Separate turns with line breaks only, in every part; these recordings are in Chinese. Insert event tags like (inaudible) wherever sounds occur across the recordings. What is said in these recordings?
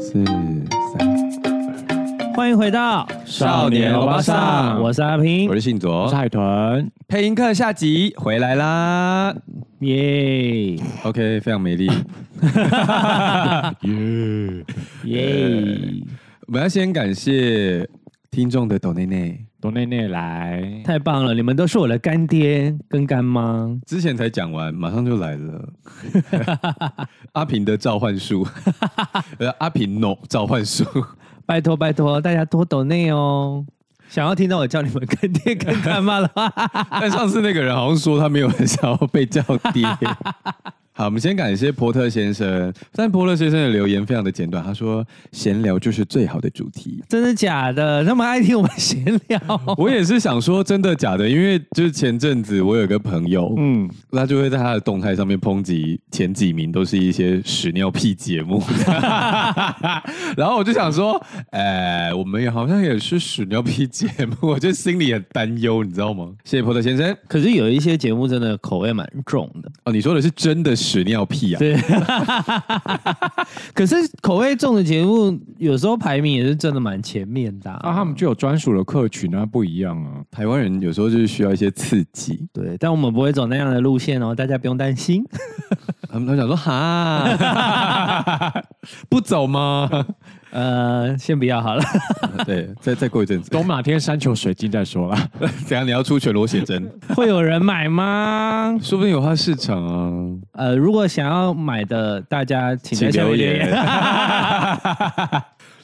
四、三，
欢迎回到
少年欧巴桑
我是阿平
我，是信
我是
卓，
海豚。
配音课下集回来啦。
耶
OK，非常美丽。
耶，
(laughs) 我们要先感谢听众的抖内内，
董内内来，
太棒了！你们都是我的干爹跟干妈，
之前才讲完，马上就来了。 (laughs) 阿平的召唤术， (laughs) 呃，阿平 no 召唤术，
拜托拜托，大家多抖内哦。想要听到我叫你们干爹跟干妈的话， (laughs)
(laughs) 但上次那个人好像说他没有很想要被叫爹。好，我们先感谢波特先生。但波特先生的留言非常的简短，他说：“闲聊就是最好的主题。”
真的假的？那么爱听我们闲聊，
我也是想说真的假的，因为就是前阵子我有个朋友，
嗯，
他就会在他的动态上面抨击前几名都是一些屎尿屁节目，然后我就想说，哎，我们也好像也是屎尿屁节目，我就心里很担忧，你知道吗？谢谢波特先生
可是有一些节目真的口味蛮重的，
哦，你说的是真的屎尿屁啊？
对。 (laughs) 可是口味重的节目有时候排名也是真的蛮前面的啊、
啊，他们就有专属的客群啊，不一样啊。
台湾人有时候就是需要一些刺激，
对，但我们不会走那样的路线哦，大家不用担心。 (laughs)
他们都想说 (laughs) 哈，不走吗？
呃，先不要好了。 (laughs)
啊对，再再过一阵子， (laughs)
等我们哪天山穷水尽再说啦。
怎样？你要出全裸写真？
会有人买吗？
说不定有它市场啊。
呃，如果想要买的，大家请在
请
下面
留
留
言
言， (laughs)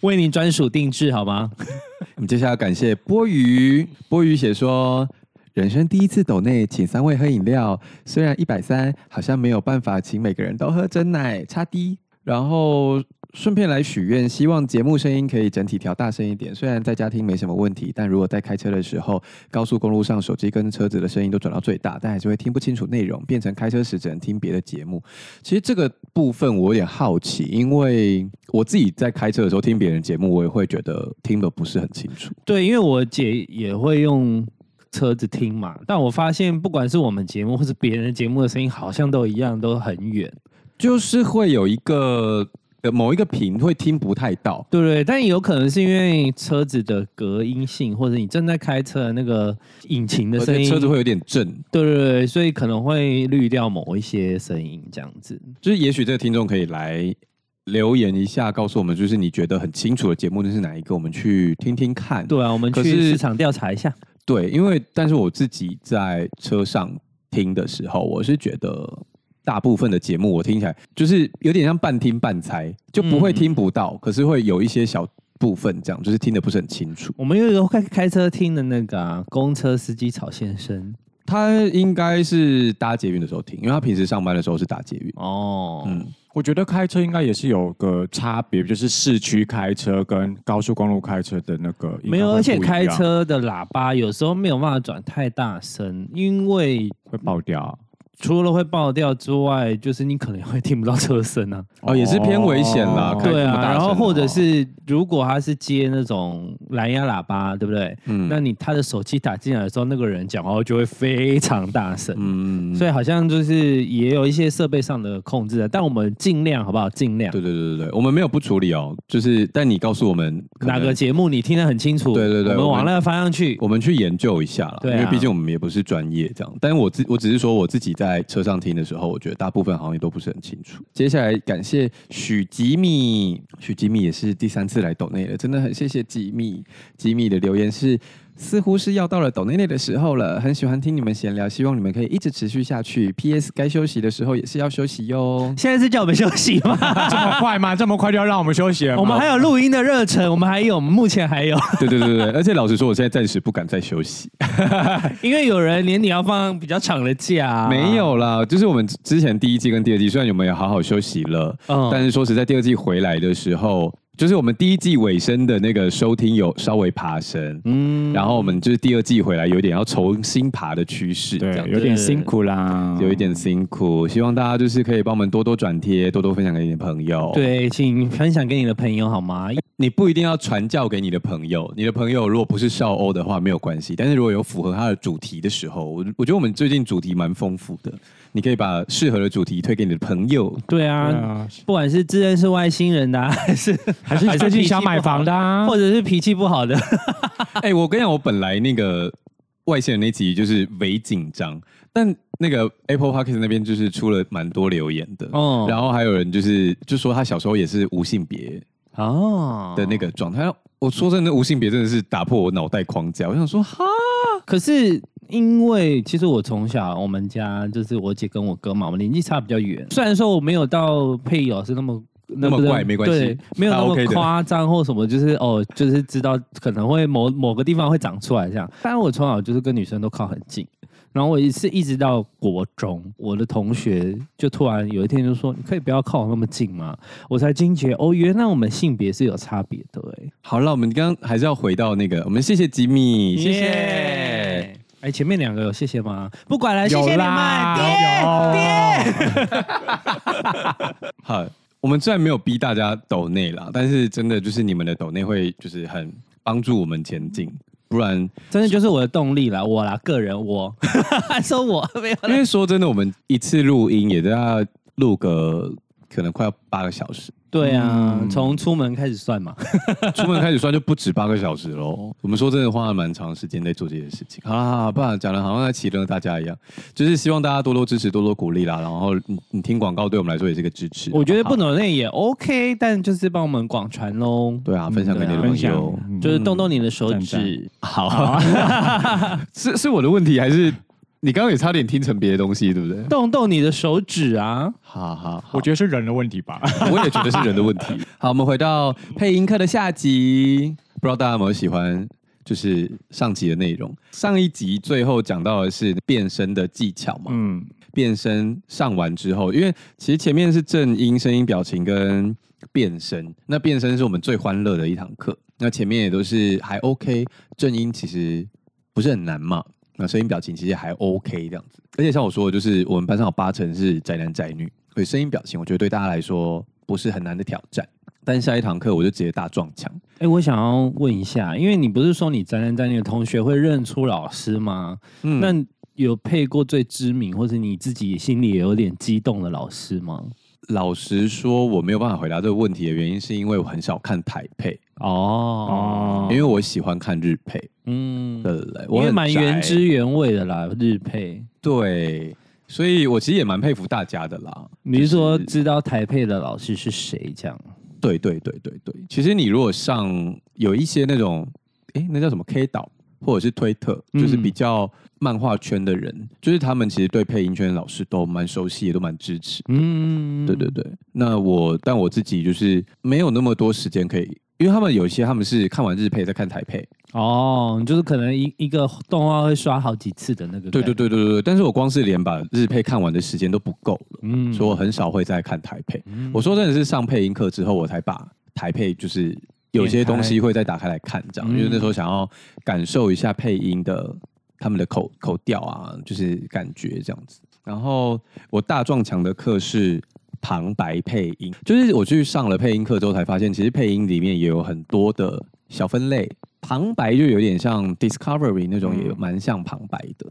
为您专属定制好吗？
(laughs) 我们接下来感谢波鱼，波鱼写说。人生第一次抖内，请三位喝饮料。虽然一百三好像没有办法请每个人都喝真奶，差低。然后顺便来许愿，希望节目声音可以整体调大声一点。虽然在家听没什么问题，但如果在开车的时候，高速公路上手机跟车子的声音都转到最大，但还是会听不清楚内容，变成开车时只能听别的节目。其实这个部分我有点好奇，因为我自己在开车的时候听别人节目，我也会觉得听得不是很清楚。
对，因为我姐也会用车子听嘛，但我发现不管是我们节目或是别人的节目的声音，好像都一样，都很远，
就是会有一个呃某一个频会听不太到，
对不对？但有可能是因为车子的隔音性，或者你正在开车的那个引擎的
而
声
且
音，
哦车子会有点震，
对对对，所以可能会滤掉某一些声音这样子。
就是也许这个听众可以来留言一下，告诉我们就是你觉得很清楚的节目那是哪一个，我们去听听看。
对啊，我们
可
去
是
市场调查一下。
对，因为但是我自己在车上听的时候，我是觉得。大部分的节目我听起来就是有点像半听半猜，就不会
嗯
听不到，可是会有一些小部分这样，就是听得不是很清楚。
我们有一个开开车听的那个啊，公车司机曹先生
他应该是搭捷运的时候听，因为他平时上班的时候是搭捷运。
哦，
嗯，
(laughs) 我觉得开车应该也是有个差别，就是市区开车跟高速公路开车的那个应该会不
没
一样
有，而且开车的喇叭有时候没有办法转太大声，因为
会爆掉。 (laughs)
除了会爆掉之外，就是你可能会听不到车声啊。
哦，也是偏危险啦，
哦
开
对
这么
啊，
大
然后
声
或者
哦
是如果他是接那种蓝牙喇叭，对不对？
嗯
那你他的手机打进来的时候，那个人讲话就会非常大声。
嗯，
所以好像就是也有一些设备上的控制的，啊但我们尽量好不好？尽量
对对对对对，我们没有不处理哦，就是但你告诉我们可
哪
能
个节目你听得很清楚，
对对对
我们
我们
往那个方向去。
我们去研究一下啦，
对啊
因为毕竟我们也不是专业这样。但是我自我只是说我自己在车上听的时候，我觉得大部分好像也都不是很清楚。接下来感谢许吉米，许吉米也是第三次来抖内了，真的很谢谢吉米。吉米的留言是。似乎是要到了抖内内的时候了，很喜欢听你们闲聊，希望你们可以一直持续下去。P.S. 该休息的时候也是要休息哟。
现在是叫我们休息吗？
这么快吗？这么快就要让我们休息了吗？
我们还有录音的热忱，我们还有，目前还有，
(laughs) 对对对对，对而且老实说，我现在暂时不敢再休息。
因为有人年底要放比较长的假、啊
没，有啦，就是我们之前第一季跟第二季，虽然我们也好好休息了，
嗯
但是说实在，第二季回来的时候，就是我们第一季尾声的那个收听有稍微爬升，
嗯
然后我们就是第二季回来有点要重新爬的趋势，这
对
样，
有点辛苦啦，
有一点辛苦，希望大家就是可以帮我们多多转贴，多多分享给你的朋友。，
对，请分享给你的朋友好吗？
你不一定要传教给你的朋友，你的朋友如果不是少欧的话没有关系，但是如果有符合他的主题的时候，我我觉得我们最近主题蛮丰富的，你可以把适合的主题推给你的朋友。
对啊，
对啊。
不管是自认是外星人的、啊，还是
还是
还是
最近
脾气
想买
不好
房的啊
或？者是脾气不好的，
(laughs) 哎、我跟你讲，我本来那个外线的那集就是微紧张，但那个 Apple Podcast 那边就是出了蛮多留言的，
哦
然后还有人就是就说他小时候也是无性别
哦
的那个状态。我说真的，无性别真的是打破我脑袋框架。我想说，哈，
可是因为其实我从小我们家就是我姐跟我哥嘛，我们年纪差比较远。虽然说我没有到佩仪老师那么。
那么怪没关系
对没有
那
那
OK
么
的
夸张或什么，就是哦，就是知道可能会某某个地方会长出来这样。但我从小就是跟女生都靠很近，然后我也是一直到国中，我的同学就突然有一天就说：“你可以不要靠我那么近吗？”我才惊觉哦，原来我们性别是有差别的哎、
好了，我们刚刚还是要回到那个，我们谢谢吉米，谢谢。
耶哎，前面两个有谢谢吗？不管了，谢谢
有
你
啦，
们。爹
有。
好，我们虽然没有逼大家抖内啦，但是真的就是你们的抖内会就是很帮助我们前进，不然
真的就是我的动力啦，我啦，个人我， (laughs) 还说我没有啦，
因为说真的，我们一次录音也都要录个可能快要八个小时，
对啊，从出门开始算嘛。
出门开始算就不止八个小时喽。我们说真的，花了蛮长时间在做这件事情。好啦，好啦不然讲的好像在骑了大家一样，就是希望大家多多支持，多多鼓励啦。然后你你听广告对我们来说也是个支持。
我觉得
好好
不能内也 OK，但就是帮我们广传喽，
对啊，分享给你的
对啊
朋
分享
友。
嗯
就是动动你的手
赞
指
赞。
好，
啊
(laughs) 是是我的问题还是你刚刚也差点听成别的东西，对不对？
动动你的手指啊！
好好好
我觉得是人的问题吧。
(laughs) 我也觉得是人的问题。 (laughs) 好，我们回到配音课的下集，不知道大家有没有喜欢？就是上集的内容，上一集最后讲到的是变声的技巧嘛。
(laughs) 嗯，
变声上完之后，因为其实前面是正音、声音、表情跟变声，那变声是我们最欢乐的一堂课。那前面也都是还 OK，正音其实不是很难嘛，那声音、表情其实还 OK 这样子。而且像我说的，就是我们班上有八成是宅男宅女，所以声音、表情我觉得对大家来说不是很难的挑战。但下一堂课我就直接大撞墙，
哎，我想要问一下，因为你不是说你宅男宅女的同学会认出老师吗？
嗯
那有配过最知名，或者你自己心里也有点激动的老师吗？
老实说，我没有办法回答这个问题的原因，是因为我很少看台配，
哦
哦，
因为我喜欢看日配。
嗯，
对对对，
因
我
为
很
蛮原
宅 (laughs)
汁原味的啦，日配。
对，所以我其实也蛮佩服大家的啦。
你是说
就是
知道台配的老师是谁这样？
对对对对对，其实你如果上有一些那种，诶，那叫什么 K 岛或者是推特，就是
嗯
比较漫画圈的人，就是他们其实对配音圈的老师都蛮熟悉，也都蛮支持。
嗯，
对对，对，那我但我自己就是没有那么多时间可以，因为他们有一些他们是看完日配再看台配，
哦，就是可能一一个动画会刷好几次的那个。
对对，对对对对，但是我光是连把日配看完的时间都不够了。
嗯
所以我很少会再看台配。我说真的是上配音课之后，我才把台配就是有些东西会再打开来看，这样，
嗯
因为那时候想要感受一下配音的他们的口口调啊，就是感觉这样子。然后我大撞墙的课是。旁白配音，就是我去上了配音课之后才发现，其实配音里面也有很多的小分类。旁白就有点像 Discovery 那种，也有蛮像旁白的。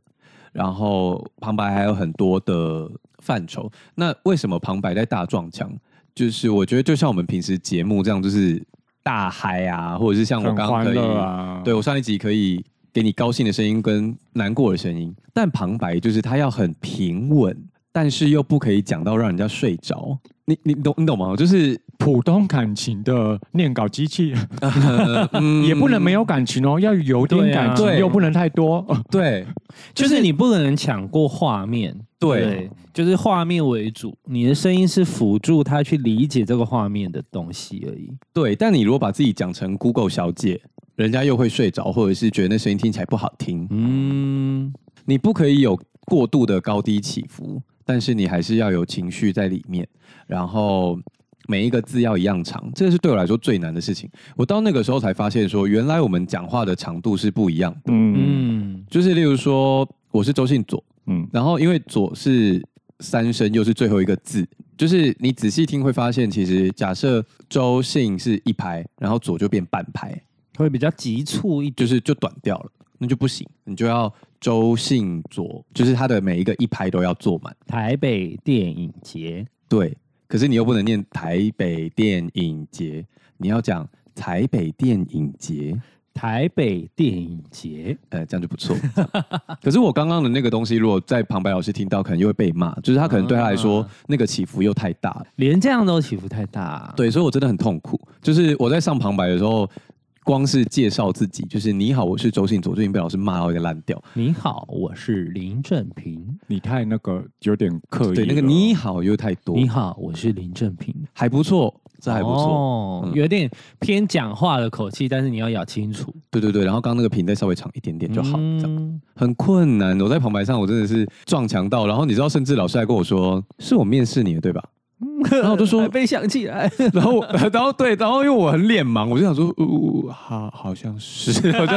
然后旁白还有很多的范畴。那为什么旁白在大撞墙？就是我觉得就像我们平时节目这样，就是大嗨啊，或者是像我
很
刚刚可
欢
以，
乐啊。
对我上一集可以给你高兴的声音跟难过的声音，但旁白就是它要很平稳，但是又不可以讲到让人家睡着。你你懂你懂吗？就是、
普通感情的念稿机器，
呃 (laughs) 嗯
也不能没有感情哦，要有点
对啊
感情，
对
又不能太多。
对
就是你不可能抢过画面，
对
就是画面为主，你的声音是辅助他去理解这个画面的东西而已。
对，但你如果把自己讲成 Google 小姐，人家又会睡着，或者是觉得那声音听起来不好听。
嗯，
你不可以有过度的高低起伏，但是你还是要有情绪在里面，然后每一个字要一样长，这是对我来说最难的事情。我到那个时候才发现说，原来我们讲话的长度是不一样的，
嗯
嗯，
就是例如说我是周信左，
嗯，
然后因为左是三声，又是最后一个字，就是你仔细听会发现，其实假设周信是一拍，然后左就变半拍，
会比较急促一点。
就是就短掉了，那就不行，你就要周信左，就是它的每一个一拍都要做满。
台北电影节，
对，可是你又不能念台北电影节，你要讲台北电影节，
台北电影节，
呃，这样就不错。这样 (laughs) 可是我刚刚的那个东西，如果在旁白老师听到，可能又会被骂，就是他可能对他来说、
啊
那个起伏又太大了。
连这样都起伏太大、
对，所以我真的很痛苦。就是我在上旁白的时候，光是介绍自己，就是你好，我是周信佐，最近被老师骂到一个烂掉。
你好，我是林正平。
你太那个有点刻意。
对，那个你，好又太多
你，好，我是林正平。
还不错，这还不错。
哦
嗯
有点偏讲话的口气，但是你要咬清楚
对对对，然后刚刚那个频再稍微长一点点就好，这样
嗯
很困难。我在旁白上我真的是撞墙到，然后你知道，甚至老师还跟我说是我面试你的对吧？然后我就说
还被想起来，
(laughs) 然后，然后对，然后因为我很脸盲，我就想说，呜、好，好像是， (laughs) 我就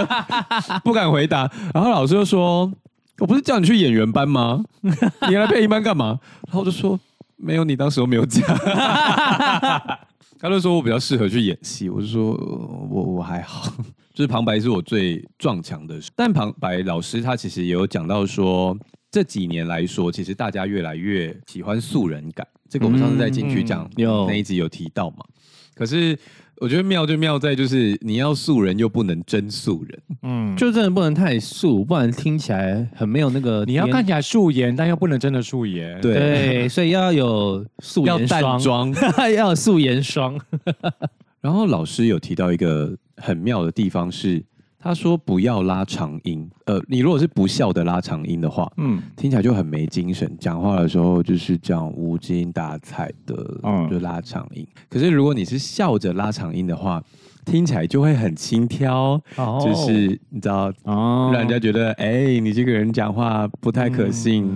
不敢回答。然后老师就说，我不是叫你去演员班吗？你来配音班干嘛？然后我就说，没有，你当时都没有讲。 (laughs) 他就说我比较适合去演戏，我就说，呃我我还好。 (laughs) 就是旁白是我最撞墙的事，但旁白老师他其实也有讲到说，这几年来说，其实大家越来越喜欢素人感。这个我们上次在进去讲、
嗯
有
那一集有提到嘛。可是我觉得妙就妙在就是你要素人又不能真素人，
嗯，就
(laughs) 就真的不能太素，不然听起来很没有那个
你要
边
看起来素颜，但又不能真的素颜。
对
对，所以要有素
要
颜
淡
霜，
妆。
(laughs) 要有素颜霜。
然后老师有提到一个很妙的地方是，他说不要拉长音。呃，你如果是不笑的拉长音的话，
嗯，
听起来就很没精神，讲话的时候就是这样无精打采的，
嗯
就拉长音。可是如果你是笑着拉长音的话，听起来就会很轻佻，
哦
就是你知道，
哦
让人家觉得哎、你这个人讲话不太可信。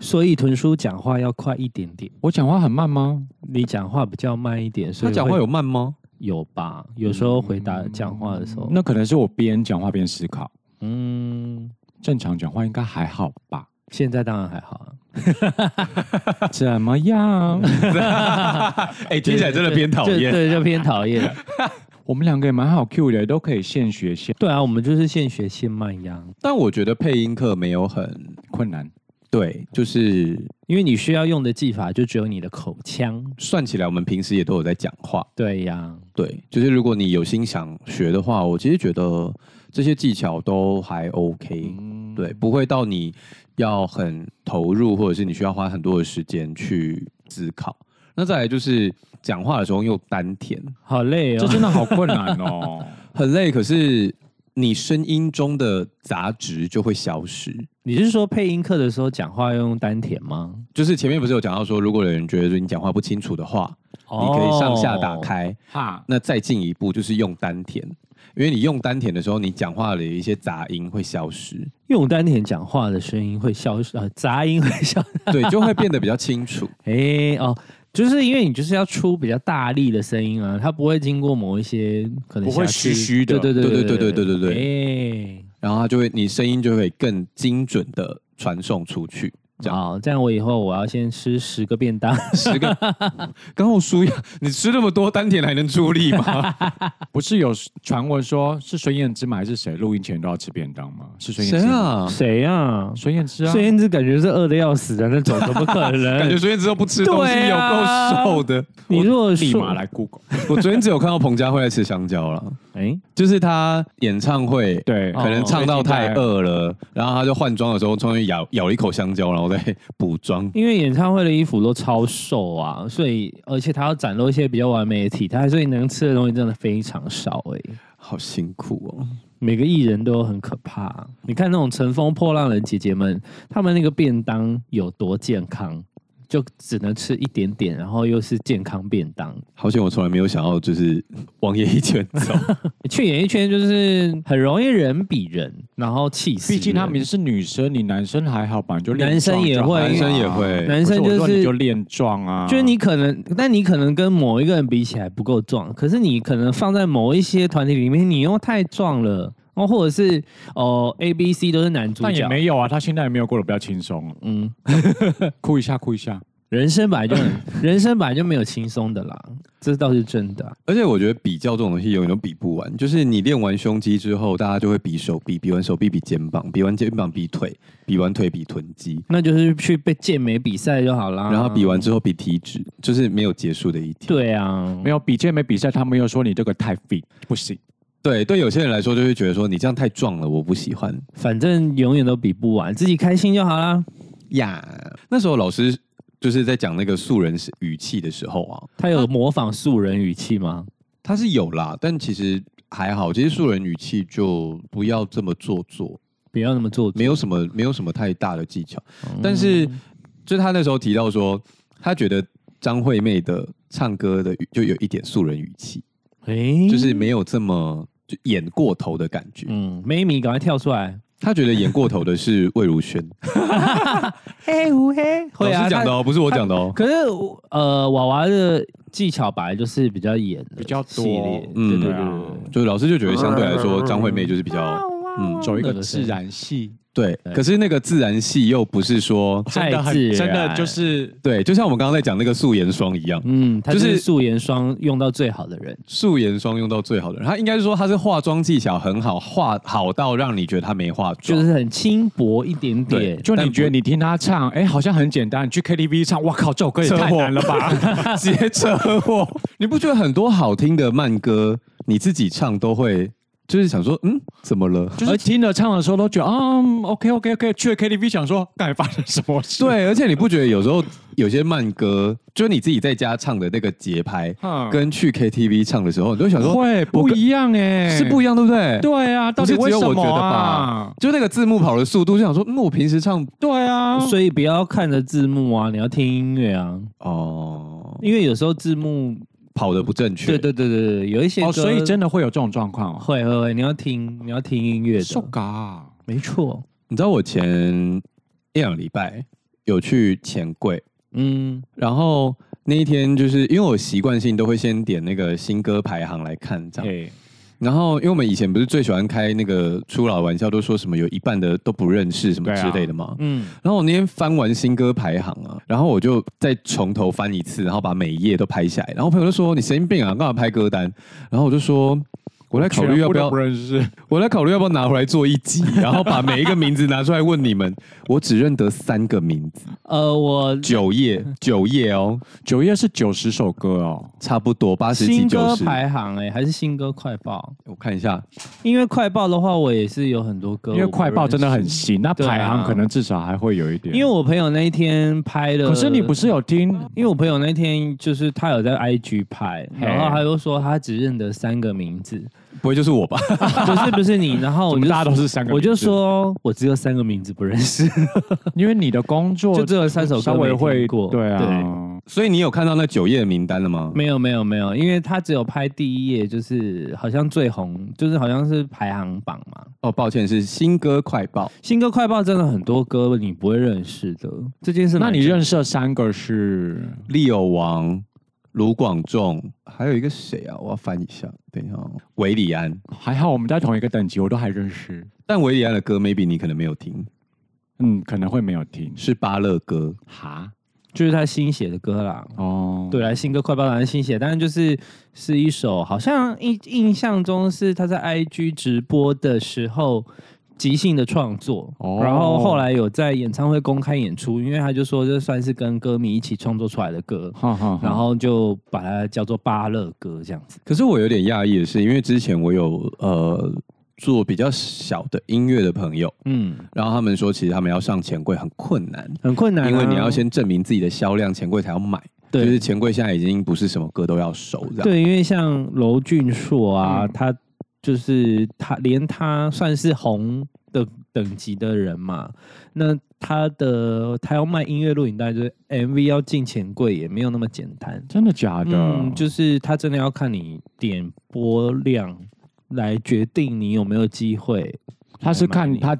所以豚叔讲话要快一点点，
我讲话很慢吗？
你讲话比较慢一点，所
他
以
讲话
会
有慢吗？
有吧？有时候回
嗯
答讲话的时候，
那可能是我边讲话边思考。
嗯，
正常讲话应该还好
(laughs)
吧？
现在当然还好啊。
怎么样？
哎、听起来真的偏讨
就
厌。 (laughs)
对，就偏讨厌。
我们两个也蛮好 Q 的，都可以现学现
对啊，我们就是现学现卖呀，
但我觉得配音课没有很
困难。
对，就是
因为你需要用的技法就只有你的口腔。
算起来，我们平时也都有在讲话。
对呀，
对，就是如果你有心想学的话，我其实觉得这些技巧都还 OK，、
嗯，
对，不会到你要很投入，或者是你需要花很多的时间去思考。那再来就是讲话的时候又丹田，
好累
啊
这
哦。
真的好困难哦。 (laughs)
很累，可是你声音中的杂质就会消失。
你是说配音课的时候讲话要用丹田吗？
就是前面不是有讲到说，如果有人觉得你讲话不清楚的话，你可以上下
哦
打开，
哈，
那再进一步就是用丹田，因为你用丹田的时候，你讲话的一些杂音会消失，
用丹田讲话的声音会消失，呃，杂音会消失。
对，就会变得比较清楚。
哎、哦，就是因为你就是要出比较大力的声音啊，它不会经过某一些可能
不会
瑕疵
虚虚的
对对
对
对
对对对对对
对。
然后它就会，你声音就会更精准的传送出去。这
哎，
样啊
好，这样我以后我要先吃十个便当。
十个，刚我输呀，你吃那么多丹田还能出力
(laughs)
吗？
不是有传闻说是孙燕姿吗？还是谁录音前都要吃便当吗？是孙燕
谁
姿？？
(laughs)
啊？
谁啊？
孙燕姿啊
孙。燕姿感觉是饿的要死的那种，怎么可
(laughs)
能？
感觉昨天只有不吃东西，
对
有
啊
够瘦的。
你如果
立
说
马来 Google，
(laughs) 我昨天只有看到彭佳慧在吃香蕉了，
哎、
就是她演唱会，
对
哦
哦
可能唱到太饿了，然后她就换装的时候，终于咬咬了一口香蕉，然后再 (laughs) 补妆。
因为演唱会的衣服都超瘦啊，所以而且他要展露一些比较完美的体态，所以能吃的东西真的非常少哎、
好辛苦哦！
每个艺人都很可怕、你看那种乘风破浪的姐姐们，她们那个便当有多健康，就只能吃一点点，然后又是健康便当。
好险，我从来没有想要就是往演艺圈走。
去演艺圈就是很容易人比人，然后气死人。
毕竟他们是女生，你男生还好吧？你就练
男生也
壮就好
会
了
男生也会
男生
不我
就
说
是
你就练壮啊，
就是你可能，但你可能跟某一个人比起来不够壮，可是你可能放在某一些团体里面，你又太壮了，哦，或者是哦，A、B、C 都是男主
但也
角，
没有啊，他现在也没有过得比较轻松，
嗯，
哭一下哭一下，
人生本
(laughs)
来就很，人生本来就没有轻松的啦，这倒是真的啊、
而且我觉得比较这种东西永远都比不完，就是你练完胸肌之后，大家就会比手臂，比完手臂比肩膀，比完肩膀比腿，比完腿比臀肌，
那就是去被健美比赛就好啦。
然后比完之后比体脂，就是没有结束的一天。
对啊，
没有比健美比赛，他们又说你这个太 fit 不行。
对对，有些人来说就会觉得说你这样太壮了，我不喜欢
反正永远都比不完，自己开心就好啦。
呀。那时候老师就是在讲那个素人语气的时候啊，
他有模仿素人语气吗？
他是有啦，但其实还好，其实素人语气就不要这么做作，
不要那么做作，
没有什么没有什么太大的技巧。
嗯
但是，就是他那时候提到说，他觉得张惠妹的唱歌的语就有一点素人语气，
诶，
就是没有这么就演过头的感觉。
嗯，妹咪赶快跳出来，
他觉得演过头的是魏如
(laughs)
萱，
嘿呜嘿，会
老
啊，
师讲的哦，不是我讲的哦
他。。可是我呃，娃娃的技巧本来就是比较演的
比较
系
多
列，
嗯
对对
对
对
啊
对
就是老师就觉得相对
嗯
来说，张惠妹就是比较嗯
走一
那
个
个是啊
自然系，
对，可是那个自然系又不是说
真的
太
很
自然
真的就是
对，就像我们刚刚在讲那个素颜霜一样，
嗯，他
就
就是是素颜霜用到最好的人，
素颜霜用到最好的人，他应该是说他是化妆技巧很好，化好到让你觉得他没化妆，
就是很轻薄一点点，
就
但
你
不
觉得你听他唱，哎，好像很简单，你去 KTV 唱，哇靠，这首歌也
车
太
祸
难了吧！
(laughs) 直接车祸。 (laughs) 你不觉得很多好听的慢歌，你自己唱都会，就是想说，嗯，怎么了？ (laughs)
就是听了唱的时候都觉得，嗯，OK OK OK，去了 KTV 想说，到底发生什么事？，
对，而且你不觉得有时候有些慢歌，就是你自己在家唱的那个节拍，
嗯
跟去 KTV 唱的时候，你都会想说，
会
我
不
跟
一样哎，
是不一样，对不对？
对啊，到
不
底
是只
为
有
什
我觉
么
得
啊
吧？？就那个字幕跑的速度，就想说，嗯，我平时唱
对啊，
所以不要看着字幕啊，你要听音乐啊，
哦，
因为有时候字幕，
跑的不正确，
对对对对对，有一些
哦，
歌
所以真的会有这种状况哦。
会会会，你要听你要听音乐
受
的，
嘎，
没错，
你知道我前一两礼拜有去钱柜，
嗯
然后那一天就是因为我习惯性都会先点那个新歌排行来看这样，
嘿，
然后因为我们以前不是最喜欢开那个初老玩笑，都说什么有一半的都不认识什么之类的嘛。
嗯，
然后我那天翻完新歌排行啊，然后我就再从头翻一次，然后把每一页都拍下来。然后我朋友就说：“你神经病啊，干嘛拍歌单？”然后我就说：“我在考虑要不要
全部都认识？
我在考虑要不要拿回来做一集，然后把每一个名字拿出来问你们。我只认得三个名字，
呃，我
九页，九页哦，
九月是九十首歌哦，
差不多八十几
新
九
歌
十。
排行哎、还是新歌快报。
我看一下，
因为快报的话，我也是有很多歌，
因为快报真的很。新，那
对啊
排行可能至少还会有一点。
因为我朋友那一天拍的，
可是你不
是，
是有
哦
听
因为我朋友那天就是他有在 IG 拍，
嘿
然后他又说他只认得三个名字，
不会就是我吧？ (laughs)
不是不是你，然后我
(laughs) 怎
就
么大家都是三个名字，
我就说我只有三个名字不认识， (laughs)
因为你的工作
就只有三首歌
稍微
没
会
听过，
对
对
啊，
所以你有看到那九页的名单了吗？
没有没有没有，因为他只有拍第一页，就是好像最红，就是好像是排行榜嘛。
哦，抱歉，是新歌快报。
新歌快报真的很多歌你不会认识的，这件事蛮
那你
正
认识的三个是
利友王、卢广仲，还有一个谁啊？我要翻一下，等一下、哦，韦礼安。
还好我们在同一个等级，我都还认识。
但韦礼安的歌，maybe 你可能没有听，
嗯，可能会没有听
是芭乐歌。
哈
就是他新写的歌啦。
哦，
对啊，新歌快报当然新写，但是就是是一首好像印印象中是他在 IG 直播的时候即兴的创作，
哦
然后后来有在演唱会公开演出，因为他就说这算是跟歌迷一起创作出来的歌，
哈哈哈，
然后就把它叫做芭乐歌这样子。
可是我有点讶异的是，因为之前我有呃做比较小的音乐的朋友，
嗯，
然后他们说，其实他们要上钱柜很困难，
很困难啊、
因为你要先证明自己的销量，钱柜才要买。就
对
是钱柜现在已经不是什么歌都要收这样。
对，因为像娄俊硕啊，
嗯
他就是他连他算是红的等级的人嘛，那他的他要卖音乐录影带，就是 MV 要进钱柜也没有那么简单。
真的假的？
哦
嗯，就是他真的要看你点播量来决定你有没有机会。
他是看他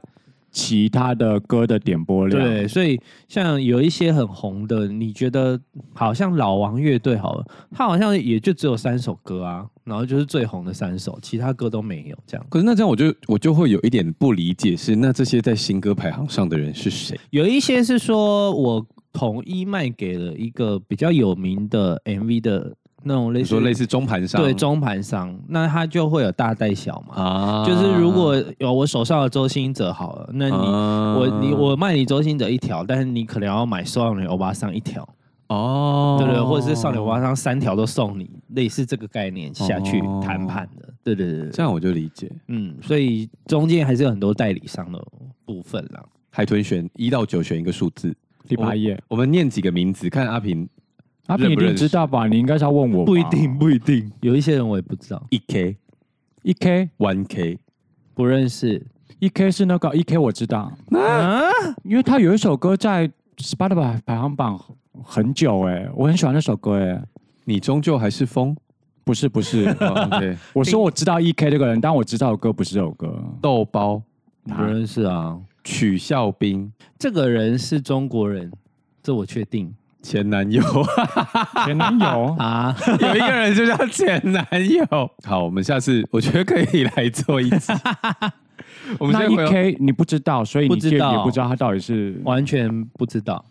其他的歌的点播量，
对，所以像有一些很红的，你觉得好像老王乐队好了，他好像也就只有三首歌啊，然后就是最红的三首，其他歌都没有这样。
可是那这样我就我就会有一点不理解是，那这些在新歌排行上的人是谁？
有一些是说我统一卖给了一个比较有名的 MV 的那种类
你
似
说类似中盘上
对中盘商，那它就会有大带小嘛。
啊
就是如果有我手上的周星哲好了，那你、
啊
我你我卖你周星哲一条，但是你可能要买少女欧巴桑一条，
哦，
对不对？或者是少女欧巴桑三条都送你，类似这个概念下去
哦
谈判的，对对对
这
对，
样我就理解。
嗯，所以中间还是有很多代理商的部分啦。
海豚选一到九选一个数字，
第八页，
我们念几个名字，看阿平
阿平一
认不认
定知道啊吧？你应该是要问我，
不一定，。不一定。有一些人我也不知道，
一 k
一 K
one k
不认识。
啊一 K 是那个一 K 我知道，
啊，
因为他有一首歌在 Spotify 排行榜很久哎、我很喜欢那首歌哎、
你终究还是风。
不是不是，
哦
(laughs)
OK，
我说我知道 E K 这个人，但我知道的歌不是这首歌。
豆包
不认识啊。
曲孝兵
这个人是中国人，这我确定
前男
(laughs)
友， (laughs)
前男友
啊。
有一个人就叫前男友。好，我们下次我觉得可以来做一集。我们
那
先
一
回
K 你不知道，所以
不
你
知
也
道
也不知道他到底是
完全不知道。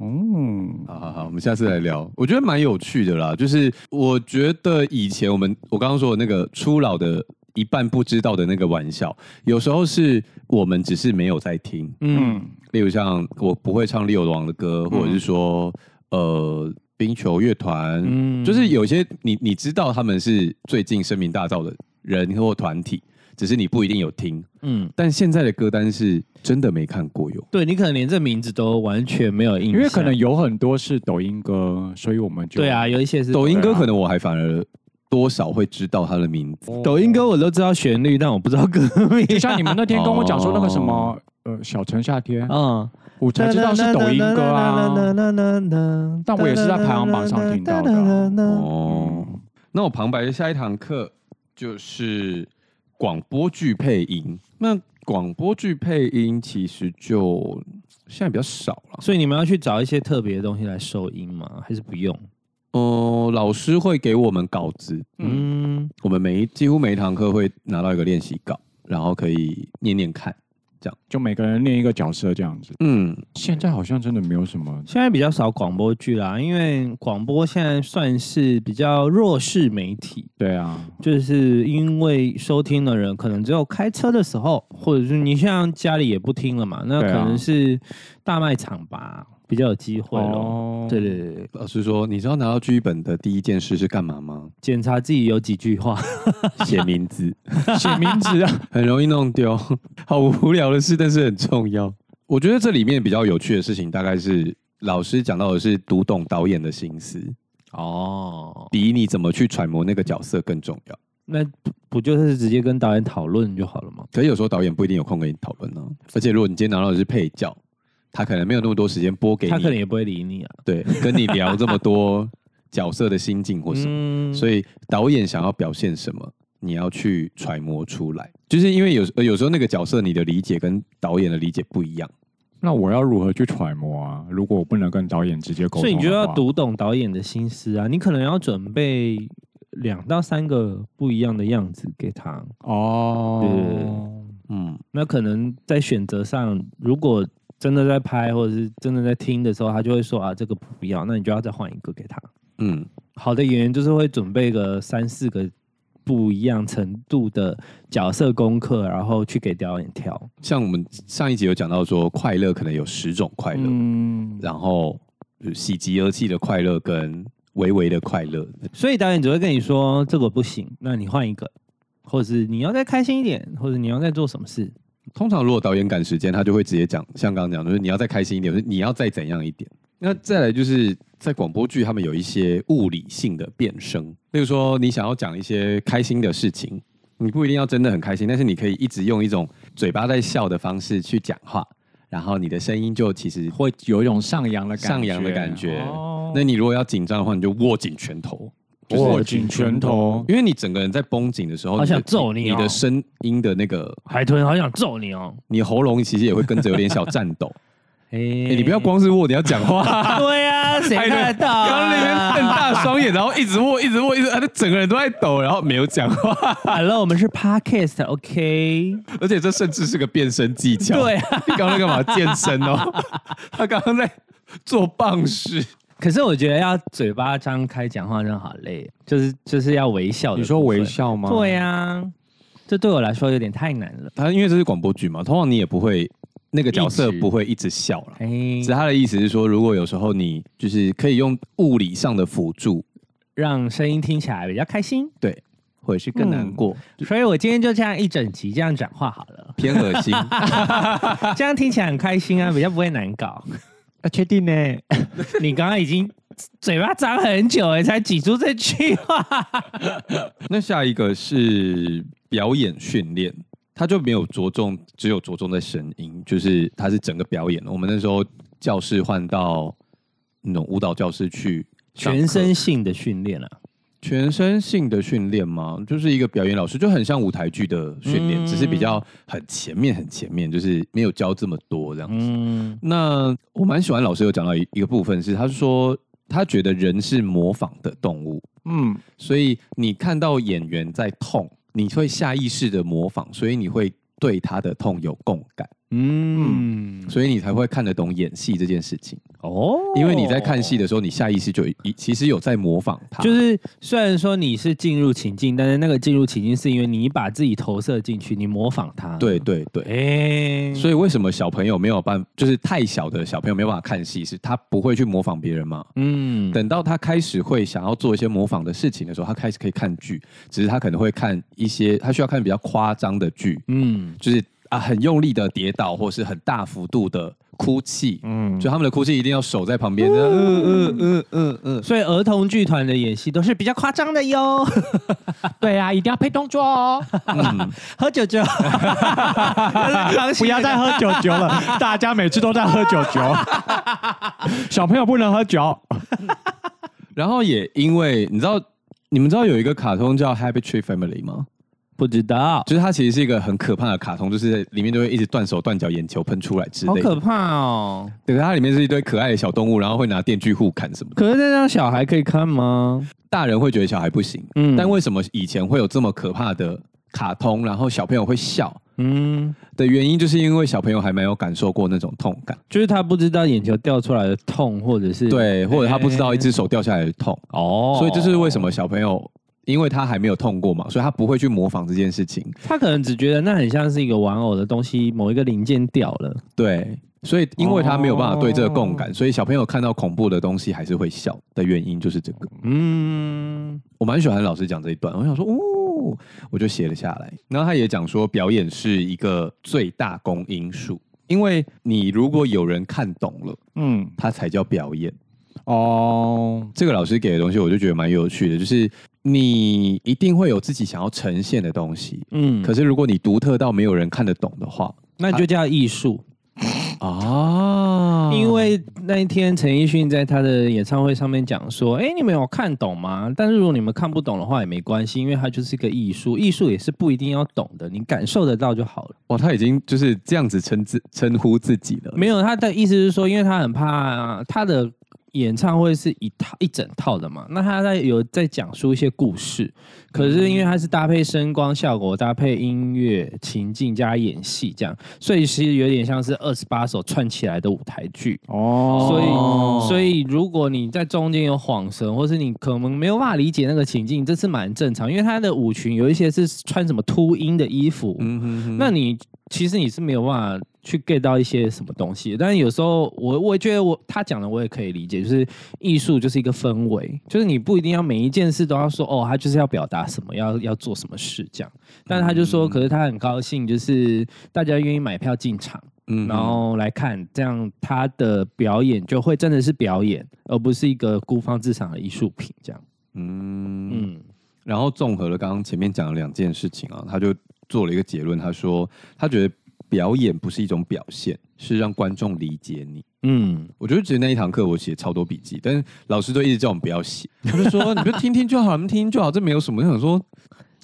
嗯，
好好好，我们下次来聊，我觉得蛮有趣的啦。就是我觉得以前我们我刚刚说的那个初老的一半不知道的那个玩笑，有时候是我们只是没有在听。
嗯，
例如像我不会唱利友王的歌，或者是说、呃冰球乐团，
嗯
就是有些你你知道他们是最近声名大噪的人或团体，只是你不一定有听。
嗯，
但现在的歌单是真的没看过哟。
对你可能连这名字都完全没有印象，
因为可能有很多是抖音歌，所以我们就
对啊，，有一些是
抖音歌
对啊
可能我还反而多少会知道他的名字。
抖音歌我都知道旋律，但我不知道歌名。
就像你们那天跟我讲说那个什么呃小城夏天，
嗯，
我才知道是抖音歌啊。但我也是在排行榜上听到的啊
哦，那我旁白的下一堂课就是广播剧配音。那广播剧配音其实就现在比较少了。
所以你们要去找一些特别的东西来收音吗？还是不用？
哦、老师会给我们稿子，
嗯，
我们每一几乎每一堂课会拿到一个练习稿，然后可以念念看。
就每个人念一个角色这样子。
嗯，
现在好像真的没有什么
现在比较少广播剧啦，因为广播现在算是比较弱势媒体，
对啊，
就是因为收听的人可能只有开车的时候，或者是你像家里也不听了嘛，那可
对啊
能是大卖场吧，比较有机会咯。对对对对，
老师说，你知道拿到剧本的第一件事是干嘛吗？
检查自己有几句话，
写名字。
写名字啊，
很容易弄丢，好无聊的事，但是很重要。我觉得这里面比较有趣的事情，大概是老师讲到的是读懂导演的心思，
哦，
比你怎么去揣摩那个角色更重要。
那不不就是直接跟导演讨论就好了吗？
可是有时候导演不一定有空跟你讨论呢，哦而且如果你今天拿到的是配角，他可能没有那么多时间播给你，
他可能也不会理你啊。
对跟你聊这么多角色的心境或什么。(laughs)
嗯
所以导演想要表现什么，你要去揣摩出来。就是因为有呃有时候那个角色你的理解跟导演的理解不一样。
那我要如何去揣摩啊？如果我不能跟导演直接沟通，
所以你就要。读懂导演的心思啊，你可能要准备两到三个不一样的样子给他。
哦，
嗯，
那可能在选择上，如果真的在拍或者是真的在听的时候，他就会说啊这个不要，那你就要再换一个给他。
嗯，
好的演员就是会准备个三四个不一样程度的角色功课，然后去给导演挑。
像我们上一集有讲到说，快乐可能有十种快乐，
嗯，
然后就是喜极而泣的快乐跟微微的快乐，
所以导演只会跟你说这个不行，那你换一个，或者是你要再开心一点，或者你要再做什么事。
通常如果导演赶时间，他就会直接讲，像刚刚讲，就是你要再开心一点，就是你要再怎样一点。那再来就是在广播剧，他们有一些物理性的变声，例如说你想要讲一些开心的事情，你不一定要真的很开心，但是你可以一直用一种嘴巴在笑的方式去讲话，然后你的声音就其实
会有一种上扬的感觉，啊
上扬的感觉
哦
那你如果要紧张的话，你就握紧拳头，就是
握紧拳头，
因为你整个人在绷紧的时候，
好想
的
揍你哦
你的声音的那个，
海豚好想揍你哦！
你喉咙其实也会跟着有点小颤
(laughs)
抖。
哎、
欸你不要光是握，你要讲
(laughs)
话。
对啊，谁看得到、啊？
然后那边瞪大双眼，然后一直握，一直握，一直，他就整个人都在抖，然后没有讲
(laughs)
话。
Hello，我们是 Podcast，OK？、
而且这甚至是个变身技巧。
对啊， (laughs)
你刚刚在干嘛健身哦？他刚刚在做棒式。
可是我觉得要嘴巴张开讲话真的好累，就是就是要微笑的部分。
你说微笑吗？
对啊呀、这对我来说有点太难了。
他因为这是广播剧嘛，通常你也不会那个角色
一直
不会一直笑啦。
哎、
只是啊他的意思是说，如果有时候你就是可以用物理上的辅助，
让声音听起来比较开心。
对，或者是更难过，，
所以我今天就这样一整集这样讲话好了
偏恶心。
(laughs) 这样听起来很开心啊，比较不会难搞。
啊，确定呢？
你刚刚已经嘴巴张很久哎，才挤出这句话。
(laughs) 那下一个是表演训练，他就没有着重，只有着重在声音，就是他是整个表演。我们那时候教室换到那种舞蹈教室去上课，
全身性的训练啊，
全身性的训练吗？就是一个表演老师，就很像舞台剧的训练，
嗯
只是比较很前面很前面，就是没有教这么多这样子。
嗯，
那我蛮喜欢老师有讲到一一个部分是，他说他觉得人是模仿的动物，
嗯，
所以你看到演员在痛，你会下意识的模仿，所以你会对他的痛有共感，
嗯，
所以你才会看得懂演戏这件事情。
哦，
因为你在看戏的时候，你下意识就已其实有在模仿他，
就是虽然说你是进入情境，但是那个进入情境是因为你把自己投射进去，你模仿他。
对，对对。
哎、
所以为什么小朋友没有办，就是太小的小朋友没有办法看戏，是他不会去模仿别人吗？
嗯，
等到他开始会想要做一些模仿的事情的时候，他开始可以看剧，只是他可能会看一些他需要看比较夸张的剧，
嗯，
就是啊很用力的跌倒，或是很大幅度的哭泣，嗯，就他们的哭泣一定要守在旁边，嗯嗯嗯嗯嗯，
所以儿童剧团的演戏都是比较夸张的 (laughs) 哟，
对啊，一定要配动作哦，
(laughs) 喝酒酒，
不要再喝酒酒了，大家每次都在喝酒酒，小朋友不能喝酒。
然后也因为你知道，你们知道有一个卡通叫《Happy Tree Family》吗？
不知道，
就是它其实是一个很可怕的卡通，就是里面都会一直断手断脚、眼球喷出来之
好
类
可
的。
怕哦！
对，它里面是一堆可爱的小动物，然后会拿电锯互砍什么的。
可是那让小孩可以看吗？
大人会觉得小孩不行，
嗯
但为什么以前会有这么可怕的卡通，然后小朋友会笑
嗯，
的原因，就是因为小朋友还没有感受过那种痛感，
就是他不知道眼球掉出来的痛，或者是
对，或者他不知道一只手掉下来的痛，
哦，
所以这是为什么小朋友，因为他还没有痛过嘛，所以他不会去模仿这件事情，
他可能只觉得那很像是一个玩偶的东西，某一个零件掉了。
对。所以，因为他没有办法对这个共
哦
感，所以小朋友看到恐怖的东西还是会笑的原因就是这个。
嗯，
我蛮喜欢老师讲这一段，我想说，哦，我就写了下来。然后他也讲说，表演是一个最大公因数，因为你如果有人看懂了，
嗯，
它才叫表演。
哦，
这个老师给的东西，我就觉得蛮有趣的，就是你一定会有自己想要呈现的东西，
嗯，
可是如果你独特到没有人看得懂的话，
那就叫艺术，
啊，
因为那一天陈奕迅在他的演唱会上面讲说：“哎、你们有看懂吗？但是如果你们看不懂的话也没关系，因为它就是一个艺术，艺术也是不一定要懂的，你感受得到就好了。
哇，他已经就是这样子称自称呼自己”了，
没有，他的意思是说，因为他很怕他的演唱会是一套一整套的嘛，那他在有在讲述一些故事，可是因为他是搭配声光效果、搭配音乐情境加演戏这样，所以其实有点像是二十八首串起来的舞台剧。
哦，
所以，所以如果你在中间有晃神，或是你可能没有办法理解那个情境，这是蛮正常，因为它的舞裙有一些是穿什么秃鹰的衣服，
嗯哼哼
那你其实你是没有办法去 get 到一些什么东西。但是有时候我我觉得我他讲的我也可以理解，就是艺术就是一个氛围，就是你不一定要每一件事都要说哦，他就是要表达什么，要要做什么事这样。但是他就说，可是他很高兴，就是大家愿意买票进场。
嗯哼
然后来看，这样他的表演就会真的是表演，而不是一个孤芳自赏的艺术品。这样，
嗯
嗯，
然后综合了刚刚前面讲的两件事情啊，他就做了一个结论，他说他觉得表演不是一种表现，是让观众理解你。
嗯，
我觉得其实那一堂课我写超多笔记，但是老师都一直叫我们不要写，他就说你就听听就好，你们听听就好，这没有什么。我想说，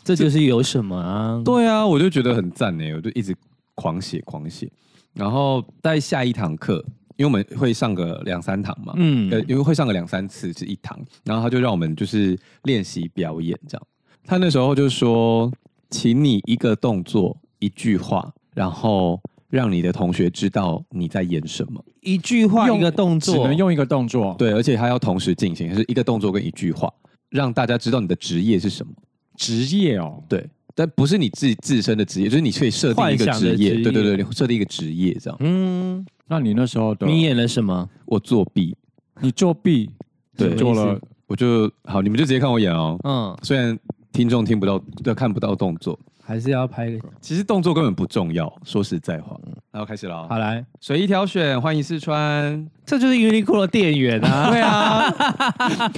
这就是有什么啊？
对啊，我就觉得很赞欸呢，我就一直狂写狂写。然后在下一堂课，因为我们会上个两三堂嘛，
嗯
呃，因为会上个两三次是一堂，然后他就让我们就是练习表演这样。他那时候就说，请你一个动作一句话，然后让你的同学知道你在演什么。
一句话
用
一个动作，
只能用一个动作，
对，而且它要同时进行，是一个动作跟一句话，让大家知道你的职业是什么。
职业哦，
对，但不是你自己自身的职业，就是你可以设定一个
幻想的
职业，
职业
对对对，你设定一个职业这样。
嗯，
那你那时候的
你演了什么？
我作弊，
你作弊，
对
你做了
我就好，你们就直接看我演哦。
嗯，
虽然听众听不到，对，看不到动作，
还是要拍个
其实动作根本不重要。说实在话，
嗯
然后开始了哦。
好来，
随意挑选，欢迎试
(laughs)
穿。
这就是 Uniqlo 的店员 (laughs) 啊，
对啊，